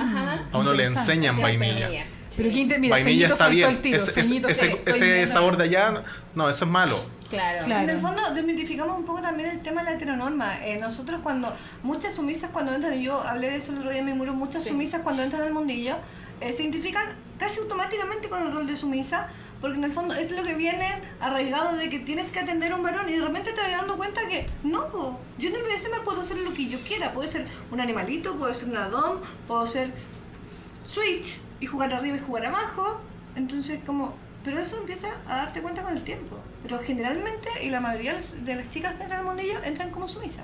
Ajá.
a uno le
Interesante.
enseñan
Sí,
vainilla.
Pero qué inter- mira,
vainilla
Feñito
está
saltó
bien,
al tiro,
Ese- ese-
Feñito
ese-
saltó.
ese
Estoy
sabor
viendo-
de allá, no, eso es malo.
Claro.
Claro.
En el fondo desmitificamos un poco también el tema de la heteronorma. Eh, nosotros cuando, muchas sumisas cuando entran, y yo hablé de eso el otro día en mi muro, muchas sumisas cuando entran al mundillo, eh, se identifican casi automáticamente con el rol de sumisa, porque en el fondo es lo que viene arraigado de que tienes que atender a un varón y de repente te vas dando cuenta que no, po, yo en el BDSM puedo hacer lo que yo quiera, puedo ser un animalito, puedo ser una dom, puedo ser switch y jugar arriba y jugar abajo. Entonces, como. Pero eso empieza a darte cuenta con el tiempo. Pero generalmente, y la mayoría de los- de las chicas que entran al mundillo entran como sumisa.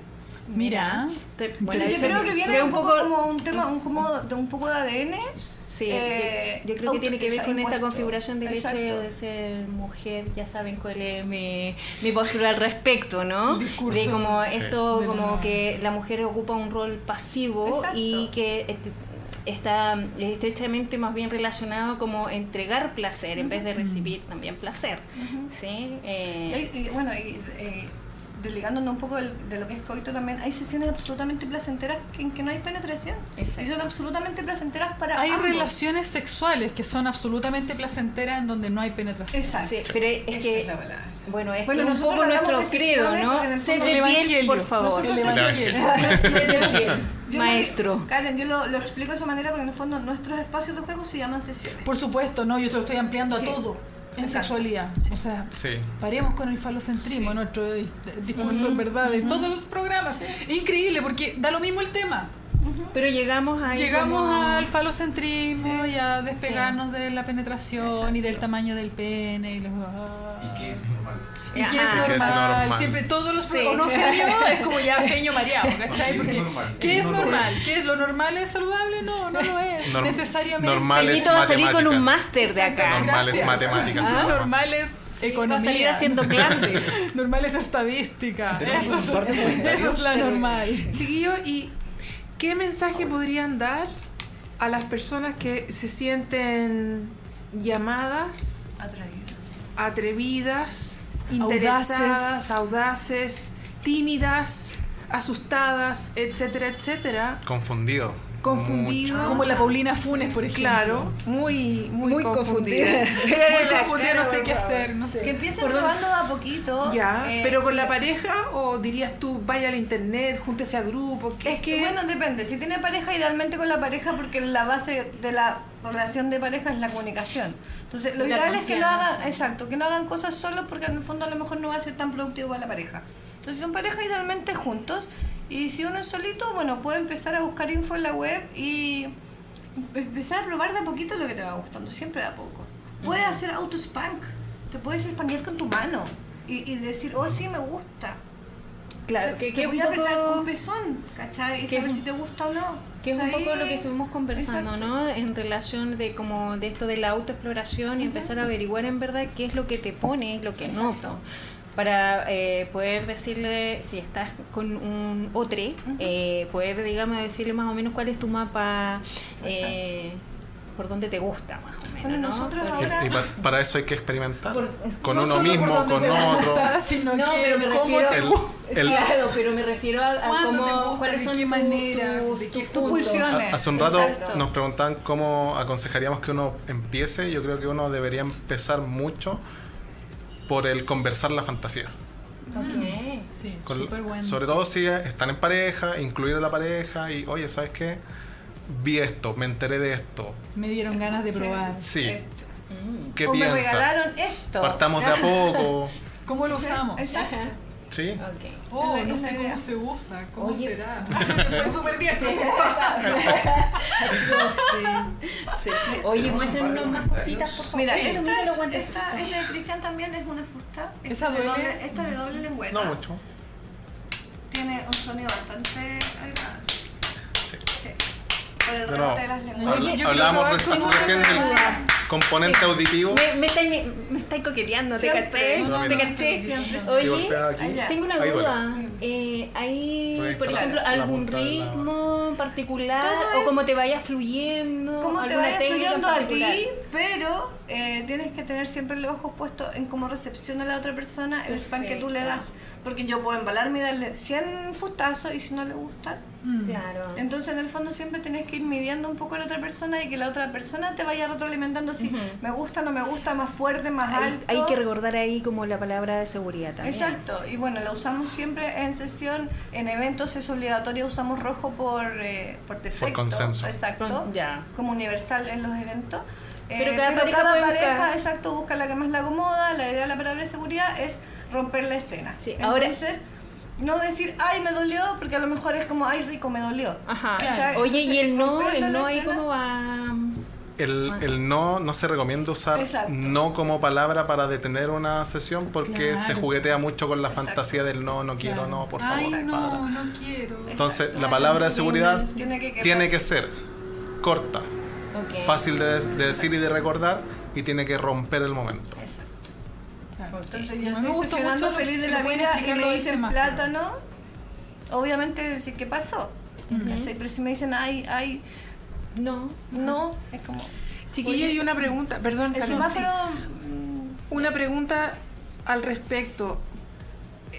Mira.
Te-
Bueno,
Entonces,
eso
yo creo que viene
fue
un poco como un tema, un, como de un poco de ADN.
Sí,
eh,
yo, yo creo que tiene que ver con esta
impuesto.
configuración del hecho
Exacto.
de ser mujer, ya saben cuál es mi, mi postura al respecto, ¿no?
El discurso.
De como
Sí.
esto,
De
como
la-
que la mujer ocupa un rol pasivo
Exacto.
y que este- está estrechamente más bien relacionado como entregar placer en
Mm.
vez de recibir también placer, ¿sí?
Y
Eh,
hay- y bueno, y, eh, desligándonos un poco del- de lo que es coito también, hay sesiones absolutamente placenteras que- en que no hay penetración.
Exacto.
Y son absolutamente placenteras para.
Hay
ambos.
relaciones sexuales que son absolutamente placenteras en donde no hay penetración.
Exacto.
sí, pero es
Esa
que...
es la palabra.
Bueno, es
Bueno,
que un
nosotros
poco
hablamos
nuestro
de
credo,
sesiones
¿no?
porque en el
Ser
fondo
de
el
piel,
evangelio.
por favor.
Nosotros
El
Evangelio.
Ser de piel.
Yo lo-
Maestro.
Karen, yo lo, lo explico de esa manera porque en el fondo nuestros espacios de juego se llaman sesiones.
Por supuesto, no, yo te lo estoy ampliando
Sí.
a todo en
Exacto.
sexualidad. O sea,
Sí.
paremos con el falocentrismo, nuestro dis- discurso en verdad de todos los programas. Increíble, porque da lo mismo el tema.
Pero llegamos ahí.
Llegamos
como-
al falocentrismo y a despegarnos de la penetración y del tamaño del pene y los...
¿Y qué es normal?
Y que es
Ajá.
normal.
Que es normal.
Siempre todos los
Sí.
o no feño es como ya feño mareado, ¿cachai?
¿Qué es
Porque,
normal?
¿Qué es
No lo
normal?
es.
¿Qué es lo normal es saludable? No, no lo es.
Norm-
Necesariamente.
normal es
Peñito va a salir con un
matemáticas.
máster de acá.
Normales
Gracias.
matemáticas.
Ah,
nada más.
normal es
Va
economía.
a salir haciendo clases.
Normal es estadística.
Tenemos
Eso es,
un par de comentarios.
eso es la normal.
Chiquillo, ¿y qué mensaje podrían dar a las personas que se sienten llamadas, atrevidas, interesadas, audaces, tímidas, asustadas, etcétera, etcétera?
Confundido.
Confundido.
Mucho.
Como la Paulina Funes, por ejemplo.
Claro, muy, muy, confundida.
Muy confundida, no sé qué hacer. No sé.
que empiecen probando de a poquito.
Ya,
eh,
pero con
y-
la pareja o dirías tú, vaya al internet, júntese a grupos, ¿qué-
Es que, bueno, depende. Si tiene pareja, idealmente con la pareja, porque la base de la relación de pareja es la comunicación. Entonces, lo
La
ideal es que no
confianza.
hagan, exacto, que no hagan cosas solos porque en el fondo a lo mejor no va a ser tan productivo para la pareja. Entonces, son pareja idealmente juntos. Y si uno es solito, bueno, puede empezar a buscar info en la web y empezar a probar de a poquito lo que te va gustando, siempre de a poco. Puedes hacer auto-spank, te puedes expandir con tu mano y, y decir, oh, sí, me gusta.
Claro, que, que
Te
es
voy
un
a apretar un
poco,
pezón, ¿cachai? Y
que es
saber
un-
si te gusta o no.
que es
O
un
sea,
poco
ahí-
lo que estuvimos conversando,
Exacto.
¿no? En relación de como de esto de la autoexploración y empezar a averiguar en verdad qué es lo que te pone y lo que no.
Exacto.
Para eh, poder decirle, si estás con un otro, poder, digamos, decirle más o menos cuál es tu mapa. eh, por donde te gusta, más o menos.
Bueno,
¿no?
nosotros
Por-
Y,
ahora-
y pa- para eso hay que experimentar.
Por- es-
con
No
uno
solo por
mismo,
dónde
con
te van a
otro.
gustar, sino
No,
que
pero me
cómo
refiero-
te
El-
gusta.
el-
Claro, pero me refiero a, a
¿Cuándo
cómo-
te gusta?
cuáles
¿De
son
qué
tus-
manera?
tus,
¿De qué
tus
punto?
pulsiones.
Ah,
Hace un rato
Exacto.
nos preguntaban cómo aconsejaríamos que uno empiece. Yo creo que uno debería empezar mucho por el conversar la fantasía.
Ok.
Sí,
Con-
súper bueno.
Sobre todo si están en pareja, incluir a la pareja y, oye, ¿sabes qué? Vi esto, me enteré de esto.
Me dieron ganas de probar.
Sí.
Esto.
Mm.
¿Qué
Eh, o me
piensas?
regalaron esto.
Partamos de a poco.
¿Cómo lo usamos?
Exacto.
Ajá,
Sí.
ok.
Oh, no sé
Buena
cómo
idea.
se usa, cómo
Oye.
será. Fue súper bien.
Sí. Oye, muéstranos más cositas, por favor.
Mira,
Sí,
esta,
mira los
es,
guantes.
esta, esta de Cristian también es una fusta.
¿Esa
de
duele?
doble- esta de doble lengüeta.
No mucho.
Tiene un sonido bastante agradable.
Sí.
Sí. Por el
De nuevo.
remate de las lenguas.
Oye, yo
Habl-
quiero
Hablábamos
probar
reci-
con
hace
una
recién del
verdad.
componente
Sí.
auditivo.
Me, me estáis me, estáis coqueteando, te
Siempre.
caché.
No,
te
mira.
caché.
Siempre, siempre.
Si
Oye,
golpeas aquí,
allá.
tengo una
ahí duele.
duda. Eh, ¿Hay,
Puedes
por
instalar
ejemplo,
la
algún
punta de la-
ritmo particular
Todo
o
es-
cómo te vaya fluyendo?
Cómo te
alguna
vayas
técnica en
fluyendo a
particular?
ti, pero eh, tienes que tener siempre el ojo puesto en cómo recepciona la otra persona el spam que tú le das.
Perfecto.
Porque yo puedo embalarme y darle 100 fustazos y si no le gusta.
Mm.
Claro.
Entonces, en el fondo, siempre tenés que ir midiendo un poco a la otra persona y que la otra persona te vaya retroalimentando si
Ujú.
me gusta, no me gusta, más fuerte, más
Hay,
alto.
hay que recordar ahí como la palabra de seguridad también.
Exacto, y bueno, la usamos siempre en sesión, en eventos es obligatorio, usamos rojo por, eh, por defecto.
consenso.
Exacto.
Con- ya.
Como universal en los eventos. Eh,
Pero cada pareja
cada
puede
pareja,
buscar.
exacto, busca la que más le acomoda. La idea de la palabra de seguridad es romper la escena.
Sí, ahora-
Entonces, no decir, ay, me dolió, porque a lo mejor es como, ay, rico, me dolió.
Ajá.
Claro.
Oye, y el no,
Entonces,
el no
rompiendo la
ahí
escena.
cómo va.
El, el no no se recomienda usar
Exacto.
no como palabra para detener una sesión porque
Claro.
se juguetea mucho con la fantasía del no, no quiero,
Claro.
no, por favor.
Ay, no,
para.
no quiero.
Entonces,
Exacto.
la palabra de seguridad
Tiene que quedar-
tiene que ser corta,
Ok.
fácil de, de decir y de recordar y tiene que romper el momento.
Exacto.
Claro.
Entonces
Sí.
yo
A mí me
estoy
gustó
sesionando
mucho,
feliz de
si
la
lo pueden
vida y
explicar, lo
me
hice
dicen
más,
plátano. Obviamente decir qué pasó. ¿Cachai? Pero si me dicen ay, ay,
No.
no, es como.
Chiquilla,
Oye,
y una pregunta, perdón,
El
Carmen,
semáforo.
sí.
mm,
una pregunta al respecto.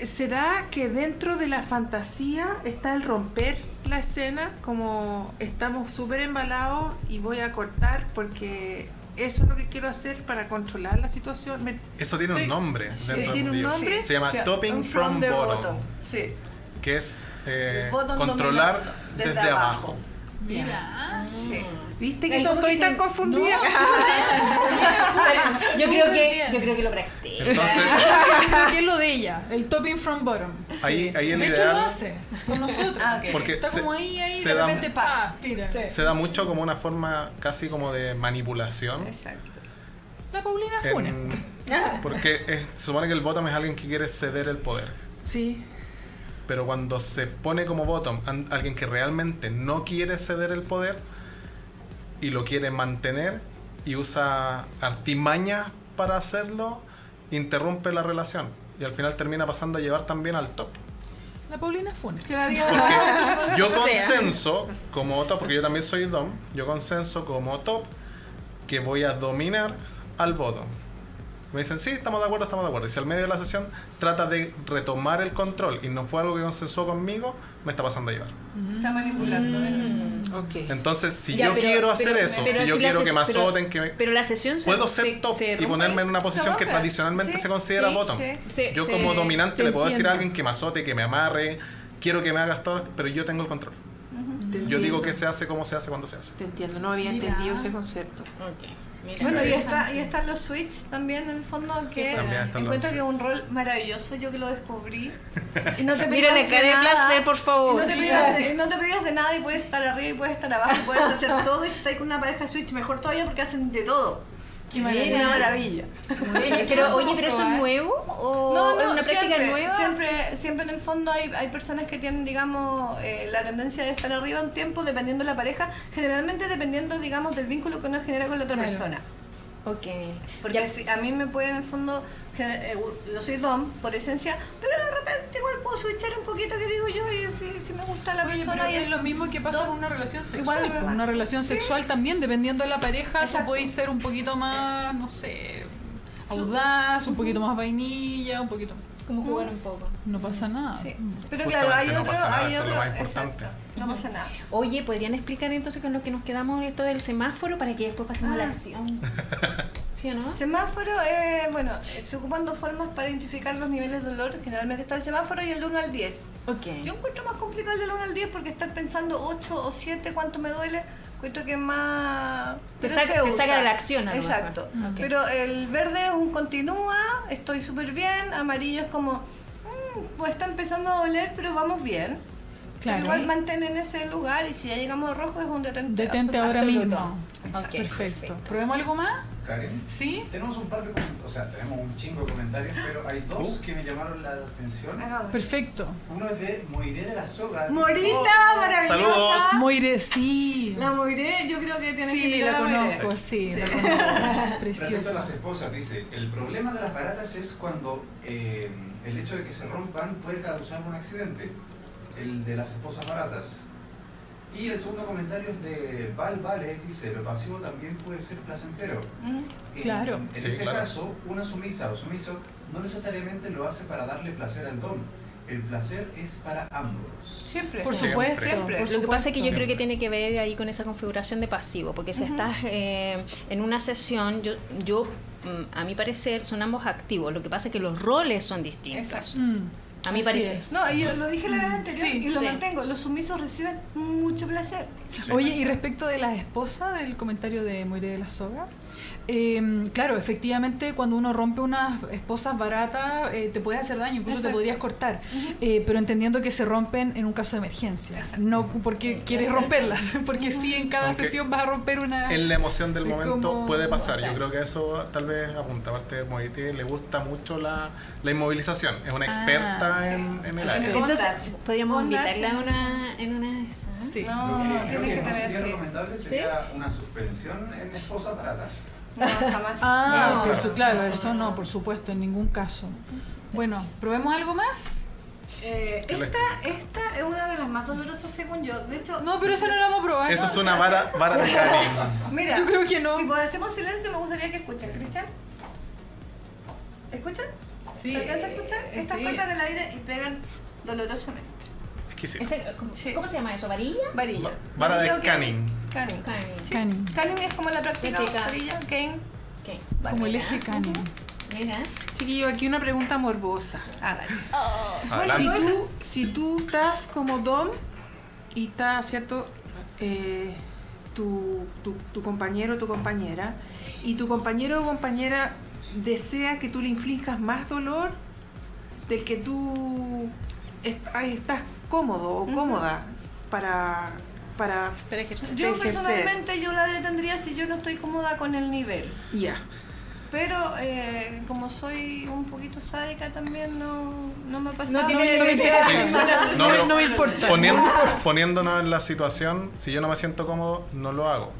¿Se da que dentro de la fantasía está el romper la escena? Como estamos súper embalados y voy a cortar porque eso es lo que quiero hacer para controlar la situación. Me-
Eso tiene un
Estoy-
nombre.
Sí,
dentro
tiene un
del-
nombre.
Se llama
o sea,
Topping from,
the
bottom,
Sí.
que es eh,
El bottom
controlar
dominante,
desde,
desde
abajo.
abajo.
Mira.
sí.
¿Viste que
Ay,
no
¿cómo
estoy
dicen?
tan confundida?
Ah,
Yo creo
Súper
que,
bien.
yo creo que lo practico.
Entonces,
Yo creo que es lo de ella, el topping from bottom.
Ahí- ahí el
de hecho
ideal-
lo hace con nosotros.
Ah,
Porque
Está
se-
como ahí, ahí,
se
de
da-
repente, pa, tira.
se da mucho como una forma casi como de manipulación.
Exacto.
La Paulina
En-
Funa.
porque es- se supone que el bottom es alguien que quiere ceder el poder.
Sí.
Pero cuando se pone como bottom an- alguien que realmente no quiere ceder el poder y lo quiere mantener y usa artimañas para hacerlo, interrumpe la relación. Y al final termina pasando a llevar también al top.
La Paulina Funa.
Mm.
Porque yo consenso como top, porque yo también soy dom, yo consenso como top que voy a dominar al bottom. Me dicen, sí, estamos de acuerdo, estamos de acuerdo. Y si al medio de la sesión trata de retomar el control y no fue algo que consensuó conmigo, me está pasando a llevar.
Está manipulando. ¿eh? ¿verdad?
Ok.
Entonces, si
Ya,
yo
pero-
quiero hacer
pero-
eso,
pero
si yo
si la
quiero
haces-
que me
pero-
azoten, que me-
Pero la sesión se-
puedo
se-
ser top
se
y
rompe.
ponerme en una posición que
rompe.
tradicionalmente
Sí,
se considera
sí,
bottom.
sí.
Sí,
yo
sí.
como dominante
Te
le puedo decir a
entiendo.
alguien que me azote, que me amarre, quiero que me haga todo, pero yo tengo el control.
Te
Yo digo
entiendo.
que se hace como se hace cuando se hace.
Te entiendo, no había
Mira.
entendido ese concepto.
Ok, mira.
Bueno, y, está, y están los switch también en el fondo que
También están los switch.
encuentro que es un rol maravilloso, yo que lo descubrí. Y no te
Mira
privas
la cara de
nada.
placer, por
Y
Oh,
favor.
No te, privas de, no te privas de nada y puedes estar arriba y puedes estar abajo, y puedes hacer todo y si estás con una pareja Switch mejor todavía porque hacen de todo.
Qué
Es
maravilla.
una maravilla.
Oye, pero, oye, pero eso es
probar.
nuevo
Oh,
o es una práctica
siempre,
nueva.
Siempre, siempre en el fondo hay, hay personas que tienen, digamos, eh, la tendencia de estar arriba un tiempo dependiendo de la pareja, generalmente dependiendo, digamos, del vínculo que uno genera con la otra
Claro.
persona.
Ok.
Porque si- a mí me puede en el fondo, gener- eh, u- yo soy DOM por esencia, pero de repente repente igual puedo switchar un poquito que digo yo y si, si me gusta la
Oye,
persona
pero
y
es lo mismo que pasa con una relación
Igual,
sexual.
¿verdad?
con una relación sexual también, dependiendo de la pareja, tú
Exacto.
podéis ser un poquito más, no sé, audaz, un poquito más vainilla, un poquito.
Como jugar un poco.
No pasa nada.
Sí.
Mm.
Pero
Justamente
claro, hay
no
otro,
pasa nada,
hay
eso es lo
otro-
más importante.
exacto, no pasa nada.
Oye, ¿podrían explicar entonces con lo que nos quedamos esto del semáforo para que después pasemos a la
Ah.
acción? ¿Sí o no?
Semáforo, eh, bueno, eh, se ocupan dos formas para identificar los niveles de dolor. Generalmente está el semáforo y el de 1 al 10. Yo
Mm.
Ok.
encuentro más complicado el del 1 al 10 porque estar pensando 8 o 7 cuánto me duele, encuentro que más...
Te
pero
saca-
se
te
usa.
saca de la acción, a lo mejor.
Exacto.
Ok.
Pero el verde es un continúa, estoy súper bien, amarillo es como, "Mm, pues está empezando a doler, pero vamos bien. Pero
Claro.
igual mantén en ese lugar y si ya llegamos a rojo es un detente.
Detente ahora
Absoluto.
mismo.
Ok,
perfecto. ¿Probemos algo más?
Karen,
¿Sí?
tenemos un par de comentarios, o sea, tenemos un chingo de comentarios, pero hay dos que me llamaron la atención.
Hagamos.
Perfecto.
Uno es de Moiré de la Soga. Oh,
Morita, maravillosa.
Saludos.
Moiré, sí.
La moriré, yo creo que tiene que
Sí,
mirar
la
Moiré.
conozco, sí.
Sí.
la conozco.
Respecto a
Preciosa.
las esposas, dice, el problema de las baratas es cuando eh, el hecho de que se rompan puede causar un accidente, el de las esposas baratas. Y el segundo comentario es de Val Vale, dice, lo pasivo también puede ser placentero.
Mm.
En-
Claro.
En
Sí,
este
claro.
caso, una sumisa o sumiso no necesariamente lo hace para darle placer al don. El placer es para ambos.
Siempre.
Por
Siempre,
supuesto.
siempre.
por
Lo que pasa es que yo
supuesto.
creo que tiene que ver ahí con esa configuración de pasivo, porque si estás eh, en una sesión, yo, yo, mm, a mi parecer, son ambos activos. Lo que pasa es que los roles son distintos.
Exacto.
Mm.
A mi
Así
parecer.
es.
No, y yo lo dije la vez anterior
Sí,
y lo
sí.
mantengo. Los sumisos reciben mucho placer.
Oye, y respecto de la esposa, del comentario de Moiré de la Soga, eh, claro, efectivamente cuando uno rompe unas esposas baratas eh, te puede hacer daño, incluso te
Exacto.
podrías cortar, Eh, pero entendiendo que se rompen en un caso de emergencia, no cu- porque quieres romperlas, porque sí en cada
Aunque
sesión vas a romper una...
En la emoción del
Es
momento
como-
puede pasar.
o sea-
Yo creo que eso tal vez apunta. Aparte de Moiré, le gusta mucho la, la inmovilización. Es una
Ah,
experta
sí.
en, en el
Ah,
área.
Entonces,
Bondage.
podríamos
Bondage.
invitarla a una, en una de esas.
Sí.
No,
Lo creo
no, tienes que
no
tener
sería
así.
recomendable sería una suspensión en esposas baratas.
No, jamás.
Ah,
No,
por
claro.
su- claro, eso no, por supuesto, en ningún caso. Bueno, ¿probemos algo más?
Eh,
El
esta, esta es una de las más dolorosas según yo. De hecho,
No, pero eso no lo vamos a probar.
Eso es una vara, vara de Karen.
mira,
Yo creo que no.
si hacemos silencio me gustaría que escuchen, Cristian. ¿Escuchan? ¿Se alcanza a escuchar?
eh,
Estas
sí.
cortan el aire y pegan dolorosamente.
Exquisito.
Ese- ¿cómo,
Sí.
cómo se llama eso? ¿Varilla?
Varilla.
Va- vara de
Varilla o cane.
canning.
Cane.
Cane.
Sí.
Cane.
Canning es como la práctica
Práctica.
varilla, cane,
Ok,
Como el
varilla.
eje canon.
Mira.
Chiquillo, aquí una pregunta morbosa.
Ah, vale.
Si
Adelante.
tú, si tú estás como Dom y está, ¿cierto? Eh, tu, tu, tu compañero o tu compañera, y tu compañero o compañera desea que tú le inflijas más dolor del que tú est- ah, estás cómodo o cómoda para, para
Espera que
Yo
ejercer.
personalmente yo la detendría si yo no estoy cómoda con el nivel.
Ya.
Pero eh, como soy un poquito sádica también, no, no me ha pasado.
No, no me interesa.
Sí.
No,
No,
me-
pero-
no me importa.
Poniendo- poniéndonos en la situación, si yo no me siento cómodo, no lo hago.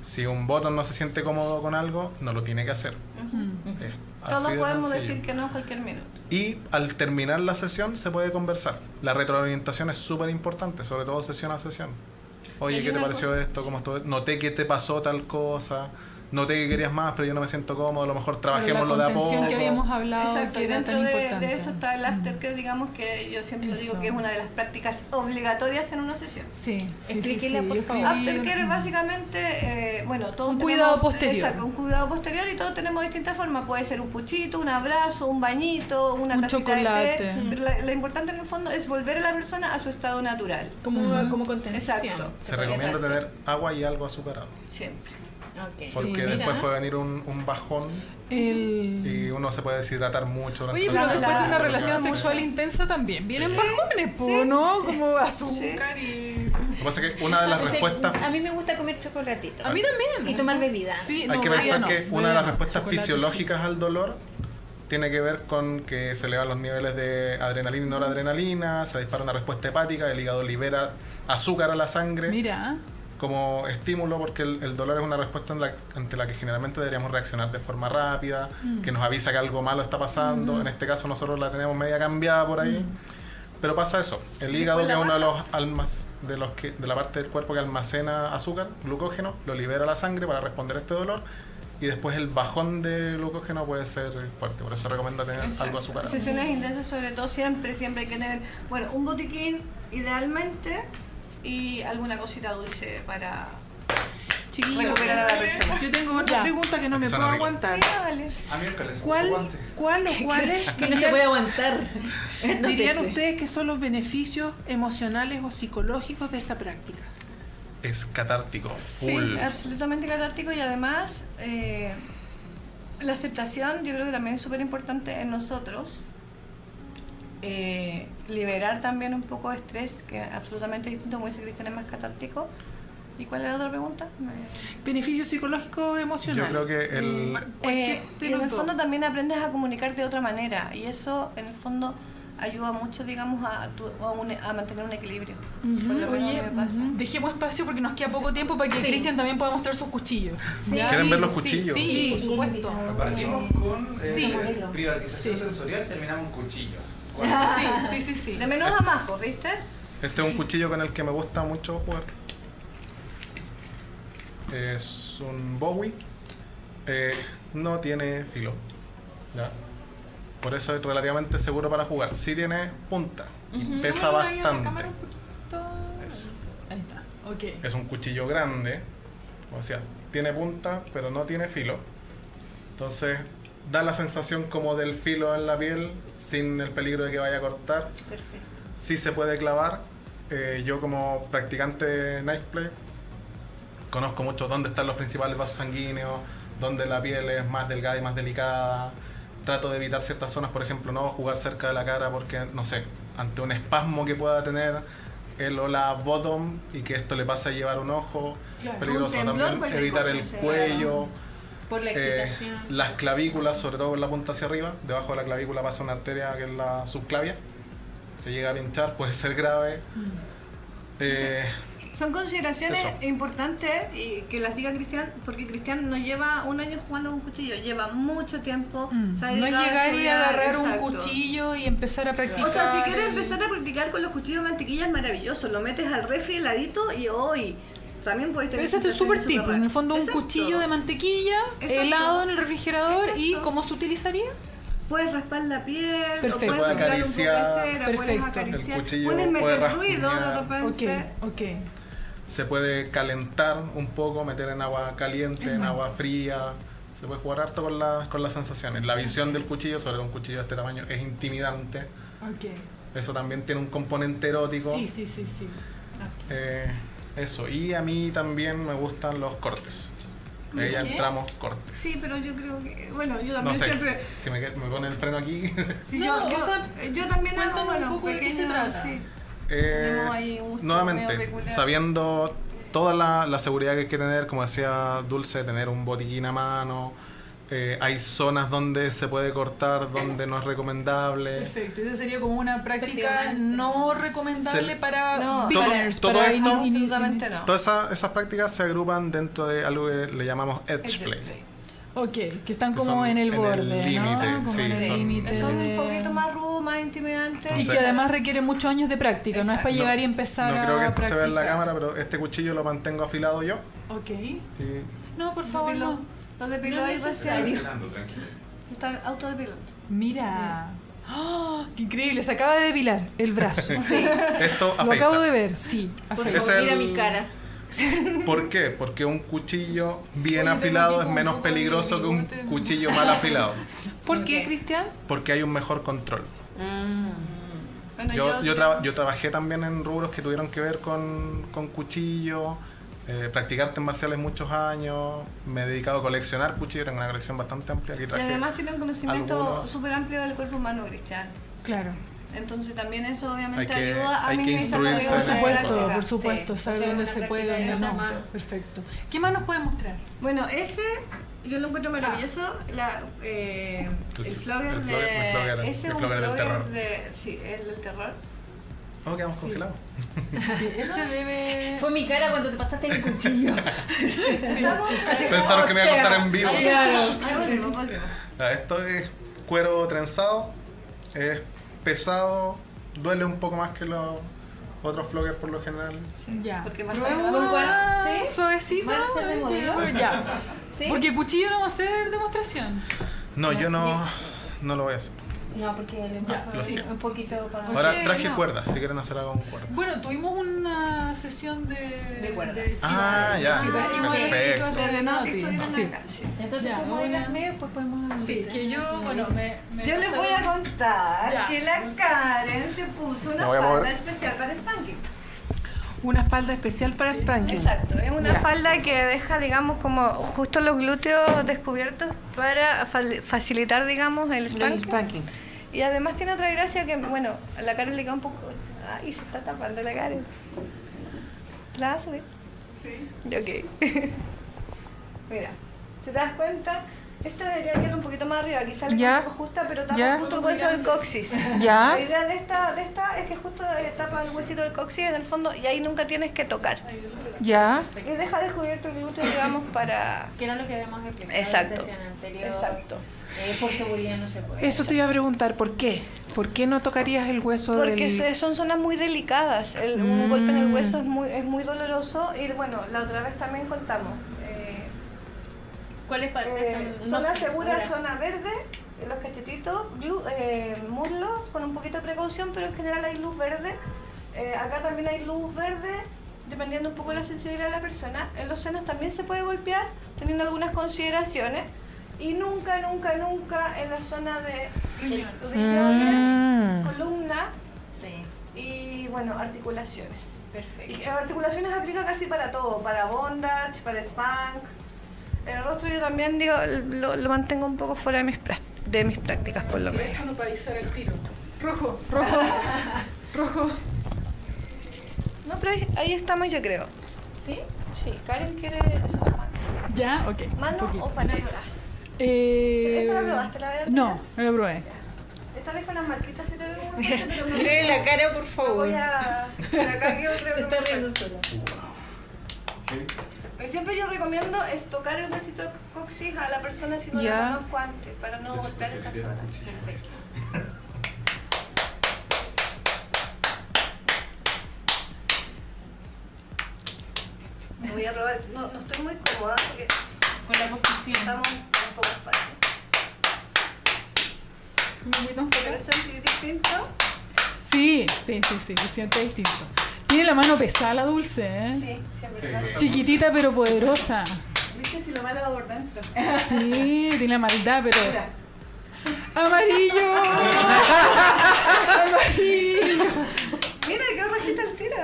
Si un botón no se siente cómodo con algo, no lo tiene que hacer.
Mm.
Es así
Todos
de
podemos
sencillo.
decir que no en cualquier minuto.
Y al terminar la sesión se puede conversar. La retroalimentación es súper importante, sobre todo sesión a sesión. Oye,
Hay
¿qué te
una
pareció
cosa-
esto? ¿Cómo estuvo? Noté que te pasó tal cosa. Noté que querías más, pero yo no me siento cómodo. A lo mejor trabajémoslo de a
La
poco.
contención que habíamos hablado
Exacto,
que
y
era
dentro
tan
de,
importante.
de eso está el aftercare, digamos que yo siempre
Eso.
digo que es una de las prácticas obligatorias en una sesión.
Sí, sí, sí,
Explíquela,
sí,
por
yo
favor.
escribí-
Aftercare es básicamente, eh, bueno, todos
Un
tenemos-
cuidado posterior.
Exacto, un cuidado posterior y todos tenemos distintas formas. Puede ser un puchito, un abrazo, un bañito, una
Un
tacita de té.
chocolate.
Pero la- lo importante en el fondo es volver a la persona a su estado natural.
Como,
Ujú.
como contención.
Exacto.
Se recomienda tener agua y algo azucarado.
Siempre.
Ok.
Porque
mira.
después puede venir un, un bajón
El...
y uno se puede deshidratar mucho. durante
Oye,
la
pero
la-
sesión.
después de una
la-
relación
la-
sexual intensa también vienen
Sí.
bajones, po,
Sí.
¿no? Como azúcar y...
Lo que pasa es que una de las
Entonces,
respuestas
A mí me gusta comer chocolatito.
A mí también.
Y tomar bebida.
Sí,
Hay
no,
que
bebida
pensar
no,
que
bebida
una de las
no,
respuestas
chocolate sí.
fisiológicas al dolor tiene que ver con que se elevan los niveles de adrenalina y noradrenalina, se dispara una respuesta hepática, el hígado libera azúcar a la sangre
Mira,
como estímulo porque el, el dolor es una respuesta en la- ante la que generalmente deberíamos reaccionar de forma rápida, que nos avisa que algo malo está pasando. En este caso nosotros la tenemos media cambiada por ahí. Pero pasa eso, el hígado que es uno de los almas de los que de la parte del cuerpo que almacena azúcar, glucógeno, lo libera a la sangre para responder a este dolor y después el bajón de glucógeno puede ser fuerte, por eso recomienda tener algo azucarado.
Sesiones intensas, sobre todo, siempre, siempre hay que tener, bueno, un botiquín, idealmente, y alguna cosita dulce para...
Chiquillo,
Recuperar a la persona.
yo tengo otra
Ya.
pregunta que no me
Persona
puedo
rica.
aguantar.
Sí, vale.
A miércoles.
¿Cuál,
aguante.
cuál o cuáles
Que no se
dirían-
puede aguantar. No
dirían
te sé.
ustedes que son los beneficios emocionales o psicológicos de esta práctica?
Es catártico, full.
Sí, absolutamente catártico y además eh, la aceptación yo creo que también es súper importante en nosotros. Eh, liberar también un poco de estrés, que es absolutamente distinto, como dice Cristian, es más catártico. ¿Y cuál es la otra pregunta? Me-
¿Beneficios psicológicos o Eh,
Yo
emocionales?
creo que el
Cualquier
Eh,
de
en
los
el
dos.
fondo también aprendes a comunicar de otra manera y eso en el fondo ayuda mucho, digamos, a, tu- a un- a mantener un equilibrio. Por lo menos a mí
Oye,
me pasa.
dejemos espacio porque nos queda poco tiempo para que Cristian también pueda mostrar sus cuchillos. ¿ya?
¿Quieren ver los
Sí,
cuchillos?
Sí, por supuesto.
Partimos con eh,
Sí.
privatización
Sí.
sensorial, terminamos con cuchillo.
Sí, sí, sí, sí.
De menos a más, pues, ¿viste?
Este es un cuchillo con el que me gusta mucho jugar. Es un Bowie. Eh, no tiene filo. Ya. Por eso es relativamente seguro para jugar. Sí tiene punta. Y pesa
Ponlo ahí a la Ah, cámara
bastante.
un poquito.
Eso.
Ahí está. Ok.
Es un cuchillo grande. O sea, tiene punta, pero no tiene filo. Entonces, da la sensación como del filo en la piel, sin el peligro de que vaya a cortar.
Perfecto.
sí se puede clavar. Eh, yo como practicante de knife play conozco mucho dónde están los principales vasos sanguíneos, dónde la piel es más delgada y más delicada. Trato de evitar ciertas zonas, por ejemplo, no jugar cerca de la cara porque, no sé, ante un espasmo que pueda tener el o la bottom y que esto le pase a llevar un ojo,
Claro.
peligroso
Un temblor,
también,
cualquier
evitar
cosa,
el
sí.
cuello.
Por la
Eh,
excitación.
las clavículas, sobre todo con la punta hacia arriba, debajo de la clavícula pasa una arteria que es la subclavia. Se llega a pinchar, puede ser grave. Eh,
Son consideraciones
Eso.
importantes y que las diga Cristian, porque Cristian no lleva un año jugando con cuchillo, lleva mucho tiempo.
Mm.
se ha
No
dedicado a
llegar y
estudiar,
agarrar un
exacto.
cuchillo y empezar a practicar.
O sea, si quieres
el-
empezar a practicar con los cuchillos de mantequilla es maravilloso, lo metes al refri heladito y hoy también puedes
Pero
tener
ese es el super tip. En el fondo, un
Exacto.
cuchillo de mantequilla,
Exacto.
helado en el refrigerador y
Exacto.
¿cómo se utilizaría?
puedes raspar la piel, o
Perfecto.
Puedes
puedes tocar un poco de
acariciar.
cera, puedes
Perfecto.
acariciar,
El cuchillo
puedes
puede
meter ruido de
rasguñar.
repente.
Ok, ok.
se puede calentar un poco, meter en agua caliente, en agua fría. Se puede jugar harto con, la- con las sensaciones. La visión del cuchillo, sobre todo un cuchillo de este tamaño, es intimidante.
Ok.
Eso también tiene un componente erótico.
Sí, sí, sí, sí.
Eh, eso. Y a mí también me gustan los cortes. Ahí ya
¿Qué?
entramos cortes.
Sí, pero yo creo que, bueno, yo
No
también
sé,
siempre
si me, que- me pone el freno aquí.
Sí,
No,
yo,
o
yo,
sea,
yo también hago,
cuéntanos un
bueno,
poco de qué se
pequeño,
trata.
sí.
Es-
Tenemos ahí un gusto
nuevamente,
medio peculiar.
sabiendo toda la, la seguridad que hay que tener, como decía Dulce, tener un botiquín a mano. eh, hay zonas donde se puede cortar, donde no es recomendable.
Perfecto. Esa sería como una práctica
Práctica
no recomendable
Se-
para
No.
beginners.
Todo- todo
para
esto-
ini- ini-
Absolutamente no.
Todas esa- esas prácticas se agrupan dentro de algo que le llamamos edge
Edge
play.
play.
Ok, que están
Que
como
son
en el
en el
borde,
límite,
¿no? Como
sí,
en el
son-
límite.
Eso es
de-
un poquito más rudo, más intimidante.
Eh, Y que
Entonces-
además requiere muchos años de práctica, no es para
Exacto.
llegar y empezar
no
a
creo que esto se vea en la
practicar.
cámara, pero este cuchillo lo mantengo afilado yo.
Ok.
y
No, por favor,
Depiló.
no.
Los depiló ahí vacío.
tranquilo.
Están autodepilando.
Mira. ¡Ah! ¡Qué increíble! Se acaba de depilar el brazo.
Sí.
Esto
Lo
afecta.
acabo de ver, sí.
Por
afecta.
Es
favor, mira
el-
mi cara.
¿Por qué? Porque un cuchillo bien
Oye, tengo
afilado
aquí
es
un
menos
poco de
peligroso que un
bigote.
cuchillo mal afilado.
¿Por qué, Cristian?
Porque hay un mejor control.
Bueno,
Yo, yo, traba- yo trabajé también en rubros que tuvieron que ver con, con cuchillos, eh, practicar artes marciales muchos años, me he dedicado a coleccionar cuchillos, tengo una colección bastante amplia que
Y
traje.
además tiene un conocimiento
algunos-
súper amplio del cuerpo humano, Cristian.
Claro.
Entonces también eso obviamente
Hay que-
ayuda a
hay que
minimizar la
instruirse
Por
en
violencia
esas
supuesto,
física.
por supuesto.
Sí.
Saber
O sea,
dónde
una
se puede,
práctica
dónde
de esa
no.
mano.
Perfecto. ¿Qué más nos puede mostrar?
Bueno, ese yo lo encuentro
Ah.
maravilloso. La, eh, el
El-
flogger
el
de.
flogger- el flogger,
ese
el
es un
flogger del terror.
de- sí, el del terror.
Oh, quedamos congelados.
Sí, ese debe.
Fue mi cara cuando te pasaste el cuchillo. Así,
Pensaron
o
que me iba a
sea,
cortar en vivo.
Claro.
Ah,
Volvemos, volvemos.
Ya, Esto es cuero trenzado, es pesado, duele un poco más que los otros floggers por lo general.
Ya.
Porque más
Probemos
tarde,
uno
¿cuál?
más
¿Sí?
suavecito.
¿Van a hacer de modelo?
Ya.
¿Sí?
Porque cuchillo no va a hacer demostración.
No, yo no, no lo voy a hacer.
No, porque le
Ya,
lo
sí,
siento.
un poquito para.
Ok,
Ahora traje
no.
cuerdas, si quieren hacer algo con cuerdas.
Bueno, tuvimos una sesión de.
De cuerdas.
Ah, ya.
Sí, trajimos a los
Perfecto.
chicos de The Naughty. Sí.
Entonces,
Ya,
como
una-
eras medio, pues podemos.
Sí, que yo, bueno, me. me
Yo les voy a contar
Ya.
que la Karen se puso una
Me voy a mover.
falda especial para spanking.
Una falda especial para spanking.
Exacto, es una
Ya.
falda que deja, digamos, como justo los glúteos descubiertos para fal- facilitar, digamos, el
El
spanking.
spanking.
Y además tiene otra gracia que, bueno, a la Karen le queda un poco... Ay, se está tapando la Karen. ¿La vas a subir? Sí. Ok. Mira, si te das cuenta, esta debería quedar un poquito más arriba. Quizás le queda
Ya.
un poco justa, pero tapa
Ya.
justo el hueso del coxis.
Ya.
La idea de esta, de esta es que justo eh, tapa el huesito del coxis en el fondo y ahí nunca tienes que tocar.
Ya.
Y deja descubierto el glúteo, digamos, para...
Que era lo que habíamos explicado en
Exacto.
la sesión anterior.
Exacto.
Eh, por seguridad no se puede.
Eso te iba a preguntar, ¿por qué? ¿Por qué no tocarías el hueso
Porque
del...?
se- son zonas muy delicadas. El- un golpe en el
Mm.
hueso es muy, es muy doloroso. Y bueno, la otra vez también contamos. eh,
¿Cuáles partes
eh,
son?
zona
no son
segura,
seguras?
zona verde, eh, los cachetitos, glu- eh, muslos, con un poquito de precaución, pero en general hay luz verde. Eh, acá también hay luz verde, dependiendo un poco de la sensibilidad de la persona. En los senos también se puede golpear, teniendo algunas consideraciones. Y nunca, nunca, nunca en la zona de riñones,
Mm.
columna,
Sí,
y bueno, articulaciones.
perfecto.
Y eh, articulaciones aplica casi para todo, para bondage, para spank. El rostro yo también digo, lo, lo mantengo un poco fuera de mis, prá- de mis prácticas por lo menos.
Déjanos parizar el tiro. Rojo, rojo, rojo.
No, pero ahí, ahí estamos yo creo.
¿Sí?
Sí, Karen quiere esos manos.
Ya, ok. un
¿Mano
poquito.
o palabra?
Eh,
¿Esta la probaste, la verdad?
No, no la probé.
Esta vez con las marquitas se te ve muy fuerte, pero no
Mírale la cara, por
no
favor.
Ah, voy a... la cagué otra
Se
vez.
está riendo sola.
Y Siempre yo recomiendo es tocar el huesito de coxis a la persona si no
Ya.
la conozco antes, para no golpear esa zona.
Perfecto.
Voy a probar, no, no estoy muy cómoda porque
Con la posición.
estamos con poco espacio. Pero sentí distinto.
Sí, sí, sí, sí, se siente distinto. Tiene la mano pesada la dulce, ¿eh?
Sí, siempre. claro.
Chiquitita pero poderosa.
Viste si lo malo va por dentro.
Sí, tiene la maldad, pero. ¡Amarillo! ¡Amarillo!
Mira, qué rojita el tiro.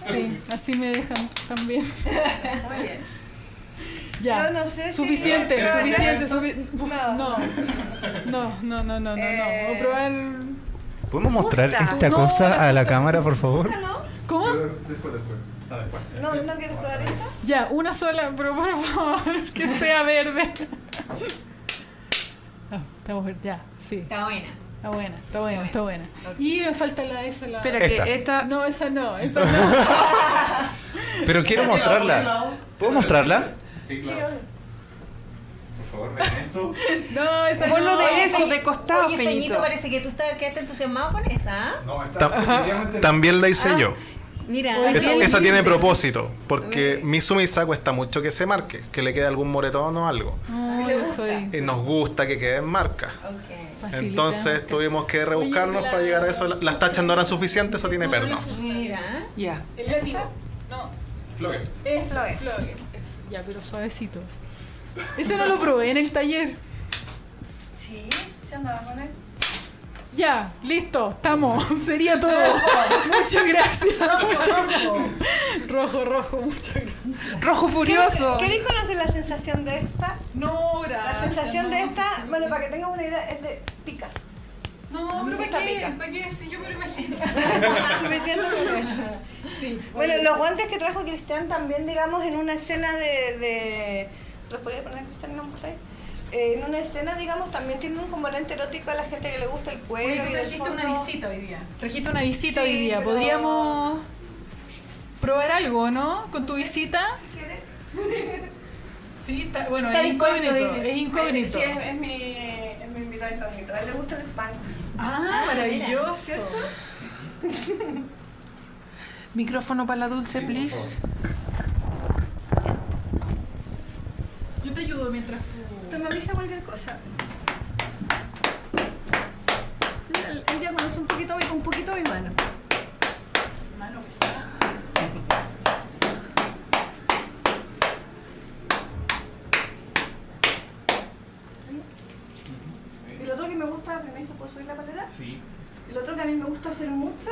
Sí, así me dejan también.
Muy bien.
Ya.
Yo no sé si-
suficiente,
Pero ya-
suficiente, suficiente.
No.
No. No, no, no, no, no, no.
Eh.
Voy a probar.
¿Podemos mostrar
Puta.
esta
No,
cosa
la
a la
puta.
cámara, por favor?
¿No?
¿Cómo?
Después, después. Ah, después.
¿No, ¿No quieres probar esta?
Ya, una sola, pero por favor, que sea verde. Ah, estamos ver- ya, sí.
Está buena.
Está buena, está buena, está buena. Y nos falta la esa, la.
Espera,
Esta.
que esta...
No, esa no, esa no.
Pero quiero mostrarla. ¿Puedo mostrarla?
Sí, claro. Por favor, ven esto.
No, esa no.
Ponlo de
Oye,
eso, de costado,
Oye,
Feñito.
Feñito, parece que tú estás, quedaste entusiasmado con esa, ¿ah?
No, está definitivamente-
También la hice
Ah,
yo.
Mira,
Esa,
Ariel,
esa tiene propósito, porque Mizumi Isa cuesta mucho que se marque, que le quede algún moretón o algo.
No, yo soy.
Y nos gusta que queden marcas.
Ok.
facilita.
Entonces tuvimos que rebuscarnos
Oye,
para
la-
llegar a eso. La- Las tachas no eran suficientes, eso tiene
No, no
pernos.
Mira.
Ya.
El látigo. No, es flogger. Es- Ya, pero suavecito. Ese no lo probé en el taller.
Sí, se andaba con él.
Ya, listo, estamos. Sería todo. muchas gracias. Muchas gracias. Rojo, rojo, muchas gracias.
¡Rojo furioso!
¿Queréis conocer la sensación de esta?
No,
La
gracias.
sensación
no.
de esta, bueno, para que tengas una idea, es de pica.
No, pero
Esta
¿para qué?
pica.
¿Para qué? Si yo me lo imagino.
Suficiente con eso.
Sí.
Bueno,
oye,
los guantes que trajo Cristian también, digamos, en una escena de... de... ¿Los podría poner Cristian no por ahí? eh, en una escena, digamos, también tiene un componente erótico a la gente que le gusta el
Oye, tú
cuello. y el
trajiste una
fondo.
visita hoy día. Trajiste una visita
Sí,
hoy día.
pero-
Podríamos probar algo, ¿no? Con tu visita. Sí, está, bueno,
Está
es incógnito.
incógnito,
Es incógnito.
Sí, es, es mi, es mi invitado incógnito. A él le gusta el spam.
Ah, maravilloso.
Micrófono para la dulce, please.
Yo te ayudo mientras tú.
Tu mamá dice cualquier cosa. Él- Él ya conoce un poquito, mi- un poquito mi mano.
Mano pesada.
Y lo otro que me gusta, ¿me hizo por subir la palera? Sí. Y lo otro que a mí me gusta hacer mucho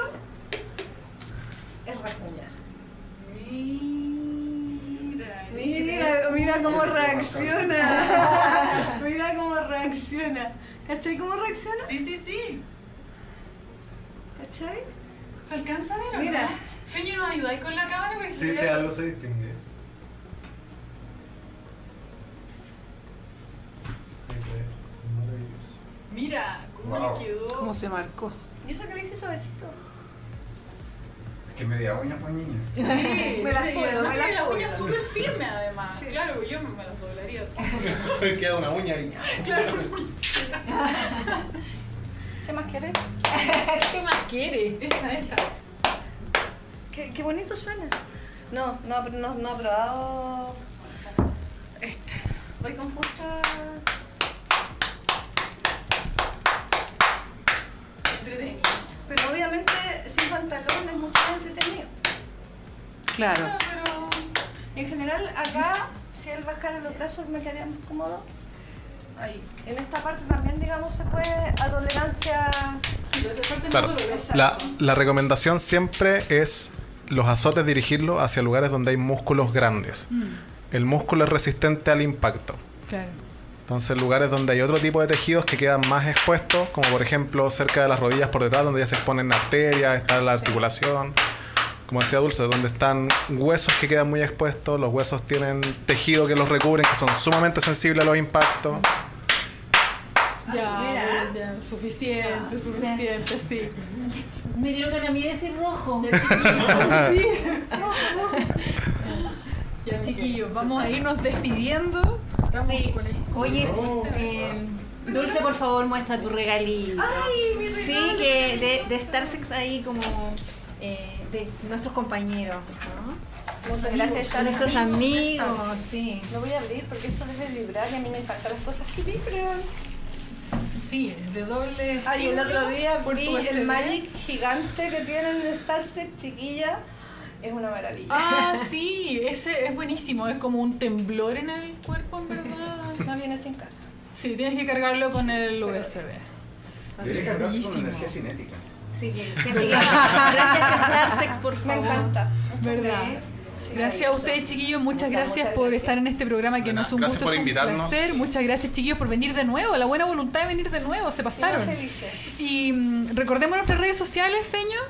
es rasguñar.
Mira.
Mira, mira cómo reacciona. Mira cómo reacciona. ¿Cachai cómo reacciona?
Sí, sí, sí.
¿Cachai?
¿Se alcanza a ver o
Mira.
no? Feño, ¿nos ayudáis con la cámara? Porque
Sí,
ya-
sí, algo se distingue. Dice, maravilloso.
Mira, cómo
Wow.
le quedó.
¿Cómo se marcó?
¿Y eso que le hice suavecito?
Que media uña, pues niña.
Sí,
Me las
sí,
puedo,
además
me
tiene
las
la uña
puedo.
súper firme además. Claro, yo me las doblaría.
Queda una uña ahí.
¿Qué más querés?
¿Qué más quiere?
Esta, esta.
Qué, qué bonito suena. No, no, pero no, no ha probado. Este. Voy con fusta.
Entretenida.
Pero obviamente sin pantalón es mucho más entretenido.
Claro.
No, pero...
Y en general acá, si él bajara los brazos me quedaría más cómodo. Ahí. En esta parte también, digamos, se puede a tolerancia.
Sí, pero esa parte
Claro.
no dolorosa.
La, la recomendación siempre es los azotes dirigirlos hacia lugares donde hay músculos grandes.
Mm.
El músculo es resistente al impacto.
Claro.
Entonces, lugares donde hay otro tipo de tejidos que quedan más expuestos, como por ejemplo cerca de las rodillas por detrás, donde ya se exponen arterias, está la articulación. Como decía Dulce, donde están huesos que quedan muy expuestos, los huesos tienen tejido que los recubren, que son sumamente sensibles a los impactos.
Mm. Ya,
mira.
bueno, ya, suficiente, suficiente, sí.
Me dieron ganas a mí de decir rojo.
Ya, chiquillos, vamos a irnos despidiendo.
Sí.
con el-
Oye, eh, Dulce, por favor, muestra tu regalito.
¡Ay, mi
Sí,
regalo!
que de, de Star Sex ahí como eh, de nuestros compañeros, ¿no?
Muchas gracias,
A
Sara.
nuestros amigos, sí.
Lo voy a abrir porque esto debe vibrar y a mí me encantan las cosas que vibran.
Sí, de doble.
Ay, el otro día
por
vi
tu USB.
el Magic gigante que tienen en Star Set, chiquilla. Es una maravilla.
Ah, sí, ese es buenísimo. Es como un temblor en el cuerpo, en verdad.
No viene sin carga.
Sí, tienes que cargarlo con el USB.
Debería cargarse con
Buenísimo.
energía cinética.
Sí, que- que sigan. gracias a Star Sex, por
Me
favor.
encanta.
¿Verdad? Gracias a ustedes, chiquillos. Muchas
Muchas,
gracias
muchas
por
gracias.
estar en este programa que
De
nos
nada.
un
Gracias
gusto,
por
es un
invitarnos.
placer. Muchas gracias, chiquillos, por venir de nuevo. La buena voluntad de venir de nuevo. Se pasaron.
felices.
Y mm, recordemos nuestras redes sociales, Feño.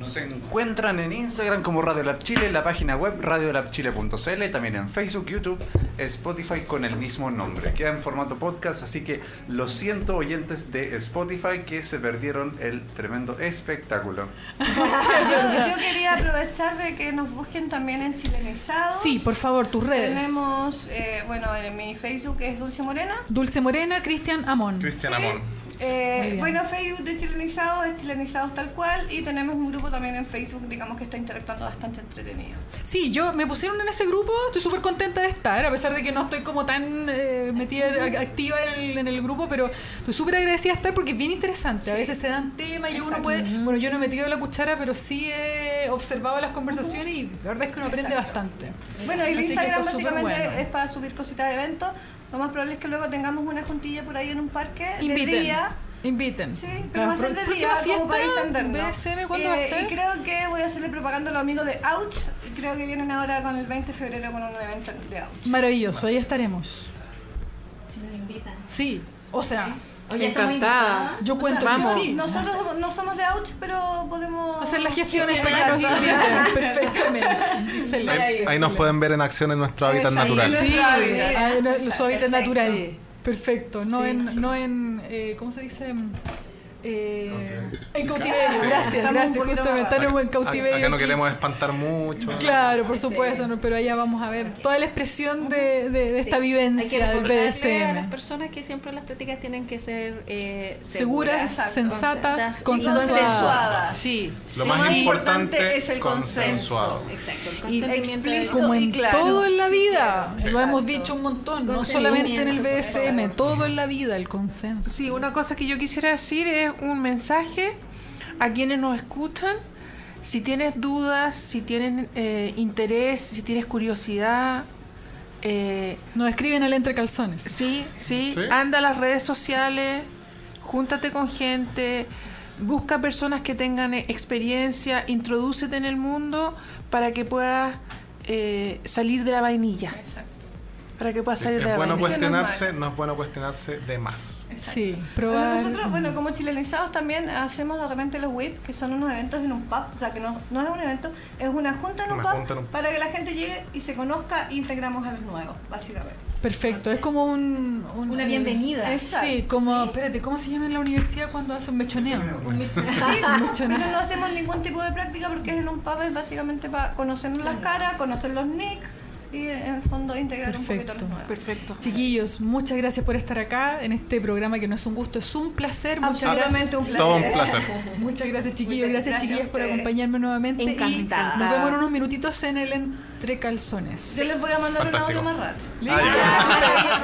Nos encuentran en Instagram como Radiolab Chile, la página web radiolabchile.cl, también en Facebook, YouTube, Spotify con el mismo nombre. Queda en formato podcast, así que lo siento oyentes de Spotify que se perdieron el tremendo espectáculo.
Yo, yo quería aprovechar de que nos busquen también en Chilenizados.
Sí, por favor, tus redes.
Tenemos, eh, bueno, en mi Facebook es Dulce Morena.
Dulce Morena, Cristian Amón.
Cristian Amón.
Eh,
Muy bien.
bueno, Facebook de Chilenizados es Chilenizados tal cual. Y tenemos un grupo también en Facebook, digamos que está interactuando bastante entretenido.
Sí, yo me pusieron en ese grupo, estoy súper contenta de estar, a pesar de que no estoy como tan eh, metida, ac- activa en el, en el grupo, pero estoy súper agradecida de estar porque es bien interesante. A veces se dan temas y uno
Exacto.
puede, bueno, yo no he metido la cuchara, pero sí he observado las conversaciones y la verdad es que uno aprende bastante.
Bueno, y
Así
el
que
Instagram
está súper
básicamente
bueno.
es para subir cositas de eventos. Lo más probable es que luego tengamos una juntilla por ahí en un parque de
Inviten.
día.
Inviten.
Sí,
La
pero va a ser
Ah, pro-
de
próxima
día, como para
fiesta
entendernos.
BSM, ¿cuándo va a
Eh,
ser?
Y creo que voy a hacerle propaganda a los amigos de Ouch. Creo que vienen ahora con el 20 de febrero con un evento de Ouch.
Maravilloso, ahí estaremos.
Si me lo invitan.
Sí, o sea,
Oye, estamos
Encantada.
yo cuento
vamos.
que sí.
Nosotros somos- no somos de Ouch, pero podemos...
Hacer las gestiones para que nos inviten perfectamente. Excelente.
Ahí, ahí nos pueden ver en acción en nuestro hábitat
Exacto.
natural.
Sí.
Ah, no, su hábitat natural.
Sí.
Perfecto, no
Sí.
en, no en eh, ¿cómo se dice? Eh, en cautiverio,
Sí.
gracias,
Estamos
gracias,
un poquito
justamente
más
estamos en
Acá-
cautiverio.
Acá no
aquí.
queremos espantar mucho.
Claro, por supuesto, no, pero allá vamos a ver toda la expresión de, de- de esta vivencia del
recordarle a las
BDSM.
personas que siempre las prácticas tienen que ser eh,
Seguras, sensatas,
y
consensuadas.
Sí.
Lo más importante es el consensuado.
Exacto, el
Y
consentimiento del
como en
otro.
todo en la vida,
Sí.
lo hemos dicho un montón, no solamente en el BDSM, todo en la vida, el consenso.
Sí, una cosa que yo quisiera decir es un mensaje a quienes nos escuchan. Si tienes dudas, si tienes eh, interés, si tienes curiosidad, eh,
Nos escriben al Entre Calzones.
Sí, sí,
Sí.
Anda a las redes sociales, júntate con gente, busca personas que tengan eh, experiencia, introdúcete en el mundo para que puedas eh, salir de la vainilla. Para que puedas
Es,
salir de la
bueno
vainilla.
cuestionarse, no es bueno cuestionarse de más.
Sí,
Bueno, nosotros, bueno, como chilenizados también hacemos de repente los WIP, que son unos eventos en un pub, o sea, que no, no es un evento, es una junta en un,
Una
pub,
junta en un pub.
para que la gente llegue y se conozca e integramos a los nuevos, básicamente.
Perfecto, es como un, un-
Una bienvenida.
eh, Sí,
Exacto.
como, espérate, ¿cómo se llama en la universidad cuando hace un mechoneo? Un
Sí,
mechoneo. pues. Un
pero no
mechoneo.
hacemos ningún tipo de práctica porque es en un pub, es básicamente para conocernos las caras, conocer los nick y en el fondo integrar un poquito
Perfecto.
a los
pues.
nuevos.
Perfecto.
Chiquillos, muchas gracias por estar acá en este programa que no es un gusto, es un placer. Muchas
Absolutamente
gracias.
un placer. Todo un placer.
Muchas gracias, chiquillos.
Muchas
Gracias,
gracias a
chiquillas, por
ustedes.
acompañarme nuevamente. y
Encantada.
nos vemos en unos minutitos en el Entre Calzones.
Yo les voy a mandar
Fantástico.
un audio más rato.
Listo.